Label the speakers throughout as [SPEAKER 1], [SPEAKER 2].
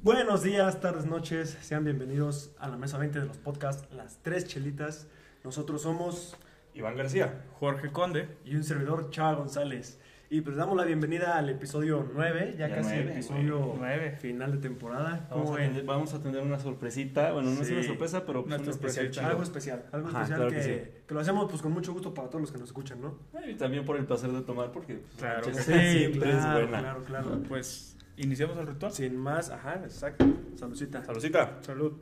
[SPEAKER 1] Buenos días, tardes, noches. Sean bienvenidos a la mesa 20 de los podcasts Las Tres Chelitas. Nosotros somos
[SPEAKER 2] Iván García.
[SPEAKER 3] Jorge Conde.
[SPEAKER 1] y un servidor, Chava González. Y pues damos la bienvenida al episodio 9, ya,
[SPEAKER 2] Ya
[SPEAKER 1] casi
[SPEAKER 2] nueve,
[SPEAKER 1] episodio
[SPEAKER 3] güey. Nueve.
[SPEAKER 1] final de temporada.
[SPEAKER 2] Vamos
[SPEAKER 1] ¿Cómo
[SPEAKER 2] a,
[SPEAKER 1] ven?
[SPEAKER 2] tener, vamos a tener una sorpresita. Bueno, no es
[SPEAKER 1] Sí.
[SPEAKER 2] una sorpresa, pero pues,
[SPEAKER 3] Una
[SPEAKER 2] un especial
[SPEAKER 3] sorpresita.
[SPEAKER 2] chido.
[SPEAKER 1] Algo especial, algo
[SPEAKER 2] Ajá,
[SPEAKER 1] especial
[SPEAKER 2] claro
[SPEAKER 1] que,
[SPEAKER 2] que
[SPEAKER 1] que lo hacemos pues con mucho gusto para todos los que nos escuchan, ¿no?
[SPEAKER 2] Bueno, Y también por el placer de tomar, porque pues,
[SPEAKER 3] Claro
[SPEAKER 2] la
[SPEAKER 3] que
[SPEAKER 2] chela
[SPEAKER 3] sí,
[SPEAKER 2] siempre
[SPEAKER 1] claro,
[SPEAKER 2] es buena.
[SPEAKER 1] claro, claro.
[SPEAKER 3] Pues, ¿iniciamos el ritual?
[SPEAKER 1] Sin más, ajá, exacto. Saludcita.
[SPEAKER 2] Salucita.
[SPEAKER 1] Salud.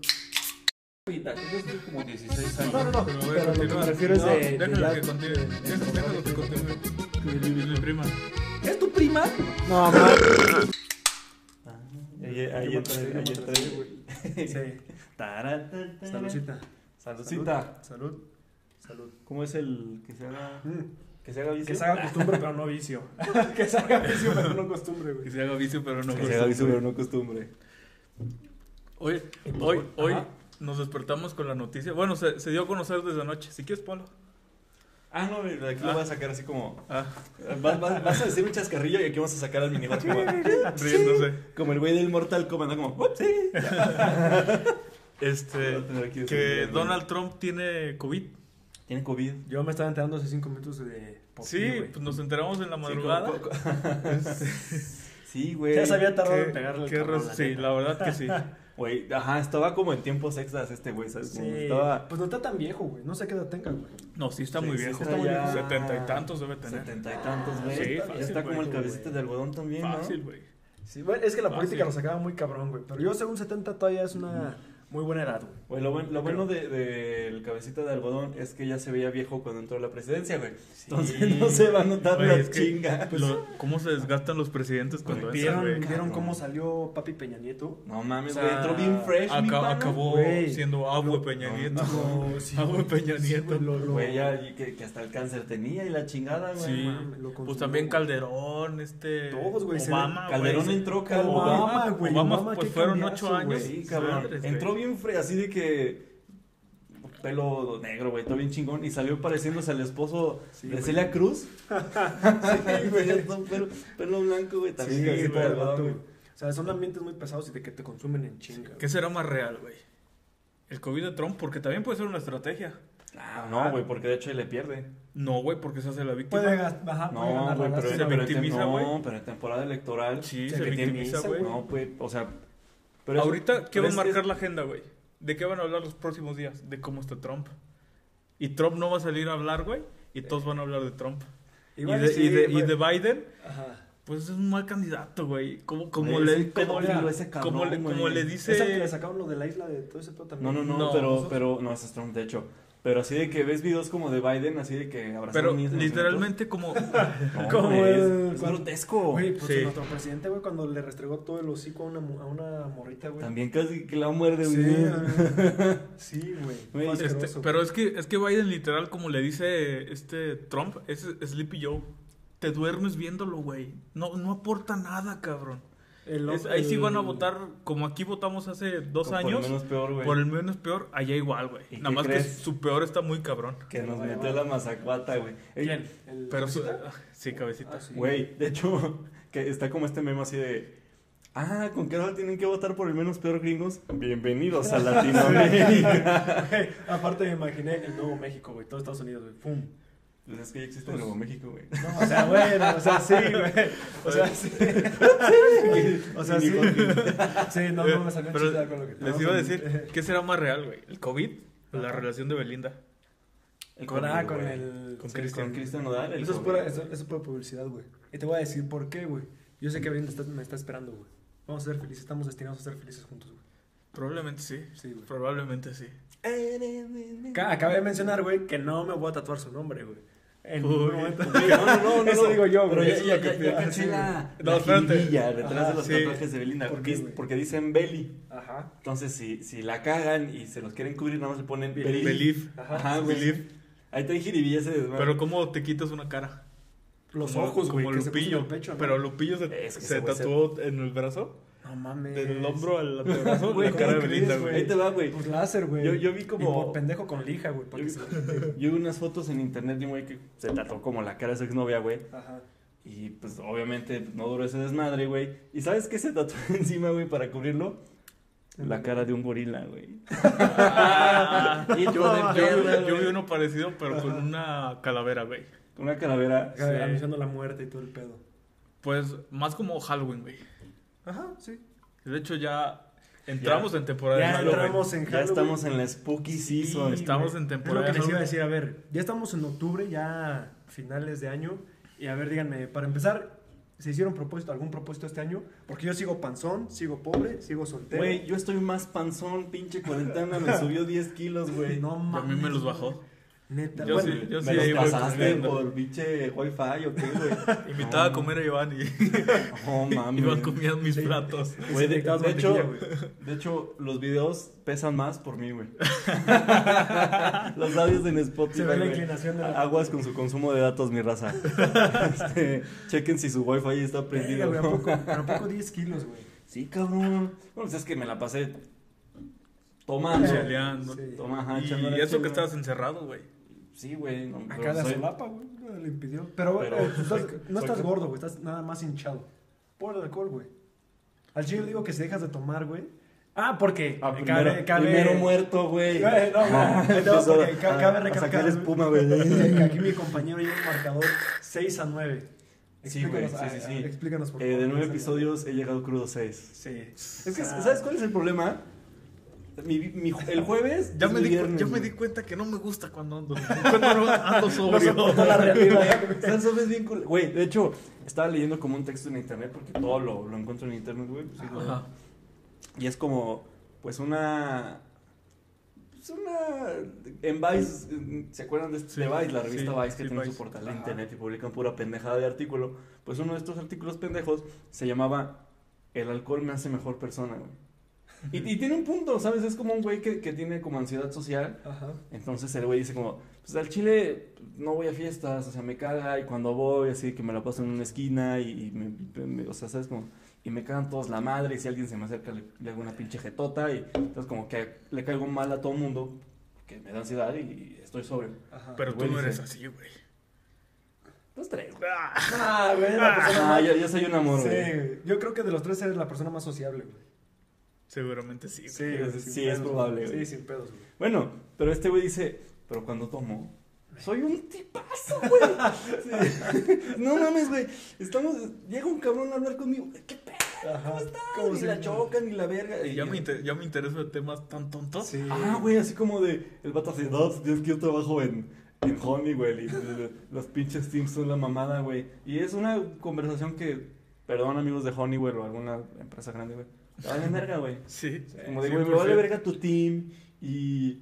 [SPEAKER 2] Ahorita, creo que es de como 16 años.
[SPEAKER 1] No, no, no.
[SPEAKER 3] Pero voy a
[SPEAKER 1] Pero lo que me
[SPEAKER 3] continuar.
[SPEAKER 1] refiero es
[SPEAKER 3] No,
[SPEAKER 1] de- de
[SPEAKER 3] Déjalo
[SPEAKER 1] la-
[SPEAKER 3] que continúe. Déjalo déjalo que continúe. Es mi prima.
[SPEAKER 1] ¿Es tu prima?
[SPEAKER 2] No, mamá. Ah, Ayer, ayer, trae- ayer trae-
[SPEAKER 1] Sí.
[SPEAKER 2] Taratata.
[SPEAKER 1] Saludcita.
[SPEAKER 2] Eh. Salucita.
[SPEAKER 1] Salud. Salud.
[SPEAKER 2] ¿Cómo es el que se haga,
[SPEAKER 1] Mm.
[SPEAKER 2] que se haga vicio?
[SPEAKER 1] Que se haga costumbre, pero no vicio. que se haga vicio, pero no costumbre,
[SPEAKER 3] Que
[SPEAKER 1] güey.
[SPEAKER 3] se haga vicio, pero no.
[SPEAKER 2] Que se haga vicio, pero no costumbre.
[SPEAKER 3] Hoy,
[SPEAKER 1] pues,
[SPEAKER 3] hoy,
[SPEAKER 1] bueno,
[SPEAKER 3] hoy
[SPEAKER 1] ajá.
[SPEAKER 3] nos despertamos con la noticia. Bueno, se, se dio a conocer desde anoche. Si quieres, ponlo.
[SPEAKER 2] Ah, no, de aquí lo voy a sacar así como...
[SPEAKER 3] Ah,
[SPEAKER 2] Vas, vas- vas a decir un chascarrillo y aquí vamos a sacar al minibar como...
[SPEAKER 3] riéndose.
[SPEAKER 2] Como el güey del Mortal Kombat, ¿no? Como, "Ups, sí. Voy
[SPEAKER 3] Este,
[SPEAKER 2] a tener aquí
[SPEAKER 3] que
[SPEAKER 2] ese-
[SPEAKER 3] Donald Trump tiene COVID.
[SPEAKER 2] Tiene COVID.
[SPEAKER 1] Yo me estaba enterando hace cinco minutos de. por ti,
[SPEAKER 3] Sí,
[SPEAKER 1] güey.
[SPEAKER 3] pues nos enteramos en la
[SPEAKER 2] Sí,
[SPEAKER 3] madrugada.
[SPEAKER 2] como- Sí, güey.
[SPEAKER 1] Ya se había tardado
[SPEAKER 3] Qué-
[SPEAKER 1] en pegarle el
[SPEAKER 3] qué
[SPEAKER 1] cabrón,
[SPEAKER 3] ros-
[SPEAKER 1] la
[SPEAKER 3] Sí,
[SPEAKER 1] neta.
[SPEAKER 3] la verdad que sí.
[SPEAKER 2] Güey, ajá, estaba como en tiempos extras este güey, ¿sabes? Como
[SPEAKER 1] Sí.
[SPEAKER 2] Estaba
[SPEAKER 1] Pues no está tan viejo, güey. No sé qué edad tenga, güey.
[SPEAKER 3] No, sí está
[SPEAKER 2] Sí,
[SPEAKER 3] muy
[SPEAKER 2] sí
[SPEAKER 3] viejo.
[SPEAKER 2] está muy viejo.
[SPEAKER 3] Setenta y tantos debe tener.
[SPEAKER 2] setenta y tantos, güey.
[SPEAKER 3] Sí,
[SPEAKER 2] Ya
[SPEAKER 3] fácil,
[SPEAKER 2] está como
[SPEAKER 1] güey,
[SPEAKER 2] el cabecita
[SPEAKER 1] güey.
[SPEAKER 2] de algodón también, ¿no?
[SPEAKER 3] Fácil, güey.
[SPEAKER 1] Sí, bueno, es que la
[SPEAKER 3] Ah,
[SPEAKER 1] política
[SPEAKER 3] sí.
[SPEAKER 1] lo sacaba muy cabrón, güey. Pero yo, según 70, todavía es una muy buena edad, güey.
[SPEAKER 2] Güey, lo, buen- lo bueno del de, del cabecita de algodón es que ya se veía viejo cuando entró a la presidencia, güey. Entonces no se va a notar
[SPEAKER 3] Güey,
[SPEAKER 2] la
[SPEAKER 3] es que pues
[SPEAKER 2] chinga.
[SPEAKER 3] lo- ¿Cómo se desgastan los presidentes cuando
[SPEAKER 2] Güey,
[SPEAKER 1] ¿Vieron,
[SPEAKER 3] entran, güey?
[SPEAKER 2] cabrón.
[SPEAKER 1] ¿vieron cómo salió Papi Peña Nieto?
[SPEAKER 2] No mames,
[SPEAKER 1] O sea,
[SPEAKER 2] güey, entró bien fresh, mi
[SPEAKER 3] Aca-
[SPEAKER 2] pana.
[SPEAKER 3] acabó
[SPEAKER 1] Güey.
[SPEAKER 3] siendo agua Peña
[SPEAKER 2] no,
[SPEAKER 3] Nieto.
[SPEAKER 1] Lo- sí,
[SPEAKER 3] Ah, güey, Peña
[SPEAKER 1] sí,
[SPEAKER 3] Nieto.
[SPEAKER 1] güey, lo- lo-
[SPEAKER 2] Güey, ya, y que, que hasta el cáncer tenía y la chingada, güey.
[SPEAKER 3] Sí.
[SPEAKER 1] mames, lo
[SPEAKER 3] Pues
[SPEAKER 1] consumó,
[SPEAKER 3] también
[SPEAKER 1] güey.
[SPEAKER 3] Calderón, este.
[SPEAKER 1] Todos, güey, se-
[SPEAKER 3] Obama, güey.
[SPEAKER 2] Calderón entró, cabrón.
[SPEAKER 1] Obama,
[SPEAKER 3] Obama,
[SPEAKER 1] güey,
[SPEAKER 3] Obama,
[SPEAKER 1] Obama,
[SPEAKER 3] pues
[SPEAKER 1] qué
[SPEAKER 3] fueron
[SPEAKER 1] cambiazo,
[SPEAKER 3] ocho años.
[SPEAKER 1] güey.
[SPEAKER 2] Sí, cabrón.
[SPEAKER 3] Madres, güey.
[SPEAKER 2] Entró bien fre, así de que. Pelo negro, güey, todo bien chingón. Y salió pareciéndose al esposo
[SPEAKER 1] Sí,
[SPEAKER 2] de
[SPEAKER 1] güey.
[SPEAKER 2] Celia Cruz. sí, güey. todo Pelo, pelo blanco, güey. También
[SPEAKER 1] Sí,
[SPEAKER 2] cabecita
[SPEAKER 1] güey,
[SPEAKER 2] de
[SPEAKER 1] el vato,
[SPEAKER 2] algodón,
[SPEAKER 1] güey. O sea, son ambientes muy pesados y de que te consumen en chinga.
[SPEAKER 3] ¿Qué será más real, güey? El COVID de Trump, porque también puede ser una estrategia.
[SPEAKER 2] Ah, no, güey, porque de hecho él le pierde.
[SPEAKER 3] No, güey, porque se hace la víctima.
[SPEAKER 1] Puede, gas-
[SPEAKER 3] Ah,
[SPEAKER 1] ajá, puede
[SPEAKER 2] No,
[SPEAKER 1] ganar
[SPEAKER 2] güey,
[SPEAKER 1] la
[SPEAKER 2] pero,
[SPEAKER 1] raza.
[SPEAKER 3] se
[SPEAKER 2] pero en tem-
[SPEAKER 3] victimiza,
[SPEAKER 2] no,
[SPEAKER 3] güey.
[SPEAKER 2] pero en temporada electoral.
[SPEAKER 3] Sí,
[SPEAKER 1] Se
[SPEAKER 3] se,
[SPEAKER 1] victimiza,
[SPEAKER 3] victimiza, güey.
[SPEAKER 2] No, güey, o sea. Pero eso-
[SPEAKER 3] Ahorita, ¿qué
[SPEAKER 2] pero
[SPEAKER 3] va a
[SPEAKER 2] es-
[SPEAKER 3] marcar
[SPEAKER 2] es-
[SPEAKER 3] la agenda, güey? ¿De qué van a hablar los próximos días? De cómo está Trump. Y Trump no va a salir a hablar, güey. Y todos van a hablar de Trump. Y
[SPEAKER 1] Igual
[SPEAKER 3] de,
[SPEAKER 1] sí,
[SPEAKER 3] y de-
[SPEAKER 1] güey.
[SPEAKER 3] y de Biden,
[SPEAKER 1] Ajá.
[SPEAKER 3] pues es un mal candidato, güey. Como, como,
[SPEAKER 2] Güey, es
[SPEAKER 3] le,
[SPEAKER 2] un
[SPEAKER 3] como,
[SPEAKER 2] pedófilo
[SPEAKER 3] le-
[SPEAKER 2] ese
[SPEAKER 3] como
[SPEAKER 2] cabrón,
[SPEAKER 3] le, como
[SPEAKER 2] güey.
[SPEAKER 3] le
[SPEAKER 1] Esa que le
[SPEAKER 3] dice...
[SPEAKER 1] sacaron lo de la isla de todo ese pedo también.
[SPEAKER 2] No, no, no,
[SPEAKER 3] No.
[SPEAKER 2] pero, pero no, ese es Trump, de hecho. Pero así de que ves videos como de Biden, así de que abrazando
[SPEAKER 3] Pero
[SPEAKER 2] niños en los
[SPEAKER 3] literalmente como... este,
[SPEAKER 2] eventos. No,
[SPEAKER 1] como
[SPEAKER 2] güey, es,
[SPEAKER 1] el-
[SPEAKER 2] es grotesco.
[SPEAKER 1] Güey, pues
[SPEAKER 3] Sí.
[SPEAKER 1] nuestro presidente, güey, cuando le restregó todo el hocico a una, mu- a una morrita, güey.
[SPEAKER 2] También casi que la muerde,
[SPEAKER 1] Sí,
[SPEAKER 2] güey.
[SPEAKER 1] güey. sí, güey.
[SPEAKER 2] Güey,
[SPEAKER 1] Fue
[SPEAKER 3] este,
[SPEAKER 1] asqueroso,
[SPEAKER 3] pero es que, es que Biden literal, como le dice este Trump, es Sleepy Joe. Te duermes viéndolo, güey. No, no aporta nada, cabrón.
[SPEAKER 1] güey. El-
[SPEAKER 3] Es- ahí sí
[SPEAKER 1] el-
[SPEAKER 3] van a votar, como aquí votamos hace dos
[SPEAKER 2] Por
[SPEAKER 3] años.
[SPEAKER 2] lo menos peor, güey.
[SPEAKER 3] Por el menos peor, allá igual, güey.
[SPEAKER 2] ¿Y
[SPEAKER 3] Nada
[SPEAKER 2] qué
[SPEAKER 3] más que
[SPEAKER 2] crees?
[SPEAKER 3] su peor está muy cabrón.
[SPEAKER 2] Que nos metió la mazacuata, güey. Ey,
[SPEAKER 1] ¿Quién? El-
[SPEAKER 3] Pero su-
[SPEAKER 1] ¿Cabecita?
[SPEAKER 3] sí, cabecita.
[SPEAKER 1] Ah, sí.
[SPEAKER 2] Güey, de hecho, que está como este meme así de... Ah, ¿con qué hora tienen que votar por el menos peor, gringos? Bienvenidos a Latinoamérica.
[SPEAKER 1] Güey, Aparte me imaginé el Nuevo México, güey. Todo Estados Unidos, güey. ¡Pum!
[SPEAKER 2] pues es que ya existe Nuevo México, güey.
[SPEAKER 1] No, o sea, bueno, o sea, sí, güey. O sea, sí. O sea, sí. Sí, no, no me salió
[SPEAKER 3] Pero
[SPEAKER 1] chiste con lo que
[SPEAKER 3] Les iba a decir, ¿qué será más real, güey? ¿El COVID o la relación de Belinda?
[SPEAKER 2] El
[SPEAKER 1] Con, ah,
[SPEAKER 2] COVID,
[SPEAKER 1] con
[SPEAKER 2] güey.
[SPEAKER 1] el.
[SPEAKER 3] Con
[SPEAKER 1] sí,
[SPEAKER 3] Cristian.
[SPEAKER 2] Con Cristian Nodal. el
[SPEAKER 1] Eso es,
[SPEAKER 2] COVID.
[SPEAKER 1] pura, eso, eso es pura publicidad, güey. Y te voy a decir por qué, güey. Yo sé que Brenda está- me está esperando, güey. Vamos a ser felices, estamos destinados a ser felices juntos, güey.
[SPEAKER 3] Probablemente sí.
[SPEAKER 1] Sí, güey.
[SPEAKER 3] Probablemente sí.
[SPEAKER 1] Ca- Acabé de mencionar, güey, que no me voy a tatuar su nombre, güey. En
[SPEAKER 3] Uy.
[SPEAKER 1] ningún momento.
[SPEAKER 2] Güey, No, no, no, no,
[SPEAKER 1] Eso
[SPEAKER 2] no.
[SPEAKER 1] digo yo,
[SPEAKER 2] Pero
[SPEAKER 1] güey.
[SPEAKER 2] ya-
[SPEAKER 1] Eso es
[SPEAKER 2] ya-
[SPEAKER 1] lo que
[SPEAKER 2] ya-
[SPEAKER 1] te
[SPEAKER 2] ya
[SPEAKER 1] iba a
[SPEAKER 2] caché
[SPEAKER 1] decir,
[SPEAKER 2] la,
[SPEAKER 3] No,
[SPEAKER 2] la
[SPEAKER 3] espérate.
[SPEAKER 2] jiribilla detrás de los
[SPEAKER 3] sí.
[SPEAKER 2] tatuajes de Belinda.
[SPEAKER 1] ¿Por
[SPEAKER 2] porque,
[SPEAKER 1] qué, güey?
[SPEAKER 2] porque dicen Belly.
[SPEAKER 1] Ajá.
[SPEAKER 2] Entonces, si, si la cagan y se los quieren cubrir, nada más le ponen
[SPEAKER 1] Be-
[SPEAKER 2] Belly.
[SPEAKER 3] Believe.
[SPEAKER 1] Ajá.
[SPEAKER 2] Ajá, güey.
[SPEAKER 3] Believe.
[SPEAKER 2] Ahí trae jiribilla ese desmadre.
[SPEAKER 3] Pero ¿cómo te quitas una cara?
[SPEAKER 1] Los
[SPEAKER 3] Como-
[SPEAKER 1] ojos, güey.
[SPEAKER 3] Como
[SPEAKER 1] que se puso en
[SPEAKER 3] Lupillo.
[SPEAKER 1] el pecho, ¿no?
[SPEAKER 3] Pero Lupillo se,
[SPEAKER 2] Es que ese
[SPEAKER 3] se
[SPEAKER 2] güey se-
[SPEAKER 3] tatuó en el brazo.
[SPEAKER 1] No mames.
[SPEAKER 3] Del hombro al antebrazo,
[SPEAKER 2] Güey,
[SPEAKER 3] la cara de
[SPEAKER 1] ¿cómo
[SPEAKER 3] Belinda,
[SPEAKER 1] crees,
[SPEAKER 3] güey.
[SPEAKER 2] Ahí te va, güey.
[SPEAKER 1] Por láser, güey.
[SPEAKER 2] Yo- yo vi como-
[SPEAKER 1] Y por pendejo con lija, güey. para
[SPEAKER 2] Yo
[SPEAKER 1] que
[SPEAKER 2] vi-
[SPEAKER 1] se-
[SPEAKER 2] Yo vi unas fotos en internet de un güey que se tatuó como la cara de su exnovia, güey.
[SPEAKER 1] Ajá.
[SPEAKER 2] Y pues obviamente no duró ese desmadre, güey. ¿Y sabes qué se tatuó encima, güey, para cubrirlo? La cara de un gorila, güey.
[SPEAKER 3] Ah,
[SPEAKER 2] Y
[SPEAKER 3] yo,
[SPEAKER 2] todo
[SPEAKER 3] yo-
[SPEAKER 2] mierda,
[SPEAKER 3] yo
[SPEAKER 2] güey.
[SPEAKER 3] vi uno parecido, pero con una calavera, güey.
[SPEAKER 2] Una calavera.
[SPEAKER 1] Acá
[SPEAKER 3] Sí.
[SPEAKER 1] Anunciando la muerte y todo el pedo.
[SPEAKER 3] Pues más como Halloween, güey.
[SPEAKER 1] Ajá, sí.
[SPEAKER 3] De hecho, ya entramos en temporada de
[SPEAKER 1] Ya
[SPEAKER 3] Halloween.
[SPEAKER 1] entramos en
[SPEAKER 2] Ya
[SPEAKER 1] Halloween.
[SPEAKER 2] estamos en la spooky
[SPEAKER 3] Sí,
[SPEAKER 2] season.
[SPEAKER 3] estamos
[SPEAKER 1] güey.
[SPEAKER 3] en
[SPEAKER 1] Es lo
[SPEAKER 3] temporada
[SPEAKER 1] que les iba a
[SPEAKER 3] Halloween.
[SPEAKER 1] decir, a ver, ya estamos en octubre, ya finales de año. Y a ver, díganme, para empezar, ¿se hicieron propósito, algún propósito este año? Porque yo sigo panzón, sigo pobre, sigo soltero.
[SPEAKER 2] Güey, yo estoy más panzón, pinche cuarentena, me subió 10 kilos, güey.
[SPEAKER 1] no
[SPEAKER 3] Y A mí
[SPEAKER 1] mames.
[SPEAKER 3] me los bajó.
[SPEAKER 1] Neta,
[SPEAKER 3] Yo
[SPEAKER 1] bueno,
[SPEAKER 3] sí, yo sí.
[SPEAKER 2] me
[SPEAKER 3] ahí voy
[SPEAKER 2] los pasaste
[SPEAKER 3] corriendo.
[SPEAKER 2] por pinche wifi o qué, güey.
[SPEAKER 3] Invitaba a
[SPEAKER 2] No,
[SPEAKER 3] comer a Iván y
[SPEAKER 2] No mames.
[SPEAKER 3] Iván comía mis
[SPEAKER 1] Sí.
[SPEAKER 3] platos.
[SPEAKER 2] Güey, de,
[SPEAKER 1] Desinfectabas
[SPEAKER 2] de hecho,
[SPEAKER 1] mantequilla,
[SPEAKER 2] de hecho, los videos pesan más por mí, güey. los audios en Spotify.
[SPEAKER 1] Se ve la
[SPEAKER 2] güey.
[SPEAKER 1] inclinación de la-
[SPEAKER 2] Aguas con su consumo de datos, mi raza. Este, chequen si su wifi está
[SPEAKER 1] Venga,
[SPEAKER 2] prendido.
[SPEAKER 1] Eh, güey, ¿a
[SPEAKER 2] ¿no?
[SPEAKER 1] poco, pero ¿a poco 10 kilos, güey?
[SPEAKER 2] Sí, cabrón. Bueno, pues es que me la pasé
[SPEAKER 3] Ah,
[SPEAKER 2] tomando.
[SPEAKER 3] Cheleando.
[SPEAKER 1] Sí.
[SPEAKER 2] Toma, ajá,
[SPEAKER 3] Y
[SPEAKER 2] echando la
[SPEAKER 3] eso
[SPEAKER 2] chela.
[SPEAKER 3] que estabas encerrado, güey.
[SPEAKER 2] Sí, güey. No, pero
[SPEAKER 1] Acá la
[SPEAKER 2] soy-
[SPEAKER 1] solapa, güey, no le impidió. Pero,
[SPEAKER 2] Pero-
[SPEAKER 1] eh, tú estás-
[SPEAKER 2] soy-
[SPEAKER 1] no
[SPEAKER 2] soy-
[SPEAKER 1] estás gordo, güey, estás nada más hinchado. Por el alcohol, güey. Al chile digo que si dejas de tomar, güey. Ah, porque
[SPEAKER 2] Ah,
[SPEAKER 1] me
[SPEAKER 2] primero, primero muerto, güey.
[SPEAKER 1] Güey, no,
[SPEAKER 2] Ah,
[SPEAKER 1] güey, no,
[SPEAKER 2] empezó
[SPEAKER 1] porque ca-
[SPEAKER 2] a-
[SPEAKER 1] cabe
[SPEAKER 2] a
[SPEAKER 1] recalcar,
[SPEAKER 2] sacar
[SPEAKER 1] güey.
[SPEAKER 2] espuma, güey.
[SPEAKER 1] que Aquí mi compañero lleva un marcador 6 a 9.
[SPEAKER 2] Sí, güey, sí, sí, sí.
[SPEAKER 1] Explícanos, por
[SPEAKER 2] Eh,
[SPEAKER 1] favor.
[SPEAKER 2] de nueve
[SPEAKER 1] Marcelo.
[SPEAKER 2] episodios he llegado crudo seis.
[SPEAKER 1] Sí.
[SPEAKER 2] Es que,
[SPEAKER 1] Ah.
[SPEAKER 2] ¿sabes cuál es el problema? Mi- mi- el jueves.
[SPEAKER 3] Ya
[SPEAKER 2] es
[SPEAKER 3] me,
[SPEAKER 2] mi
[SPEAKER 3] di, cu-
[SPEAKER 2] viernes,
[SPEAKER 3] ya me
[SPEAKER 2] güey.
[SPEAKER 3] di cuenta que no me gusta cuando ando, cuando no ando sobrio.
[SPEAKER 1] soporto la realidad.
[SPEAKER 2] ¿Sabes? Sabes bien cool. Güey, de hecho, estaba leyendo como un texto en internet porque todo lo, lo encuentro en internet, güey. pues, sí, güey.
[SPEAKER 3] Ajá.
[SPEAKER 2] Y es como, pues una. Pues una. En Vice, ¿se acuerdan de, este,
[SPEAKER 3] Sí,
[SPEAKER 2] de Vice? La revista
[SPEAKER 3] sí,
[SPEAKER 2] Vice que
[SPEAKER 3] sí,
[SPEAKER 2] tiene su
[SPEAKER 3] Vice.
[SPEAKER 2] portal de
[SPEAKER 1] Ajá.
[SPEAKER 2] internet y publican pura pendejada de artículo. Pues uno de estos artículos pendejos se llamaba El alcohol me hace mejor persona, güey. Y, y tiene un punto, ¿sabes? Es como un güey que, que tiene como ansiedad social
[SPEAKER 1] Ajá.
[SPEAKER 2] entonces el güey dice como, pues al chile no voy a fiestas, o sea, me caga y cuando voy así que me la paso en una esquina y, y me, me- o sea, ¿sabes? Como, y me cagan todos la madre y si alguien se me acerca le, le hago una pinche jetota y entonces como que le caigo mal a todo mundo, que me da ansiedad y, estoy sobrio.
[SPEAKER 1] Ajá.
[SPEAKER 3] Pero tú
[SPEAKER 2] Güey,
[SPEAKER 3] no eres
[SPEAKER 2] sí.
[SPEAKER 3] así, güey.
[SPEAKER 2] Los tres, güey.
[SPEAKER 3] Ah,
[SPEAKER 1] Ah, güey, la persona
[SPEAKER 2] Ah,
[SPEAKER 1] más-
[SPEAKER 2] yo, yo soy un amor,
[SPEAKER 1] Sí,
[SPEAKER 2] güey.
[SPEAKER 1] güey. yo creo que de los tres eres la persona más sociable, güey.
[SPEAKER 3] Seguramente sí. güey.
[SPEAKER 1] güey,
[SPEAKER 2] sí,
[SPEAKER 1] sin
[SPEAKER 2] sí, es
[SPEAKER 1] pedos,
[SPEAKER 2] probable,
[SPEAKER 1] güey.
[SPEAKER 2] güey.
[SPEAKER 1] Sí, sin pedos, güey.
[SPEAKER 2] Bueno, pero este güey dice, pero cuando tomo, soy un tipazo, güey. Sí. No mames, güey. Estamos, llega un cabrón a hablar conmigo, ¿qué pedo?
[SPEAKER 1] Ajá.
[SPEAKER 2] ¿Cómo estás?
[SPEAKER 1] ¿Cómo
[SPEAKER 2] ni
[SPEAKER 1] se
[SPEAKER 2] la
[SPEAKER 1] llama?
[SPEAKER 2] choca, ni la verga.
[SPEAKER 3] Y
[SPEAKER 2] Y
[SPEAKER 3] Ya me, inter- ya me intereso de temas tan tontos.
[SPEAKER 1] Sí.
[SPEAKER 2] Ah, güey, así como de. El vato hace dos, es que yo trabajo en, en Honeywell y l- los pinches teams son la mamada, güey. Y es una conversación que, perdón, amigos de Honeywell o alguna empresa grande, güey. Te vale verga, güey.
[SPEAKER 3] Sí.
[SPEAKER 2] Como de, güey, me
[SPEAKER 3] 100%.
[SPEAKER 2] vale verga tu team y.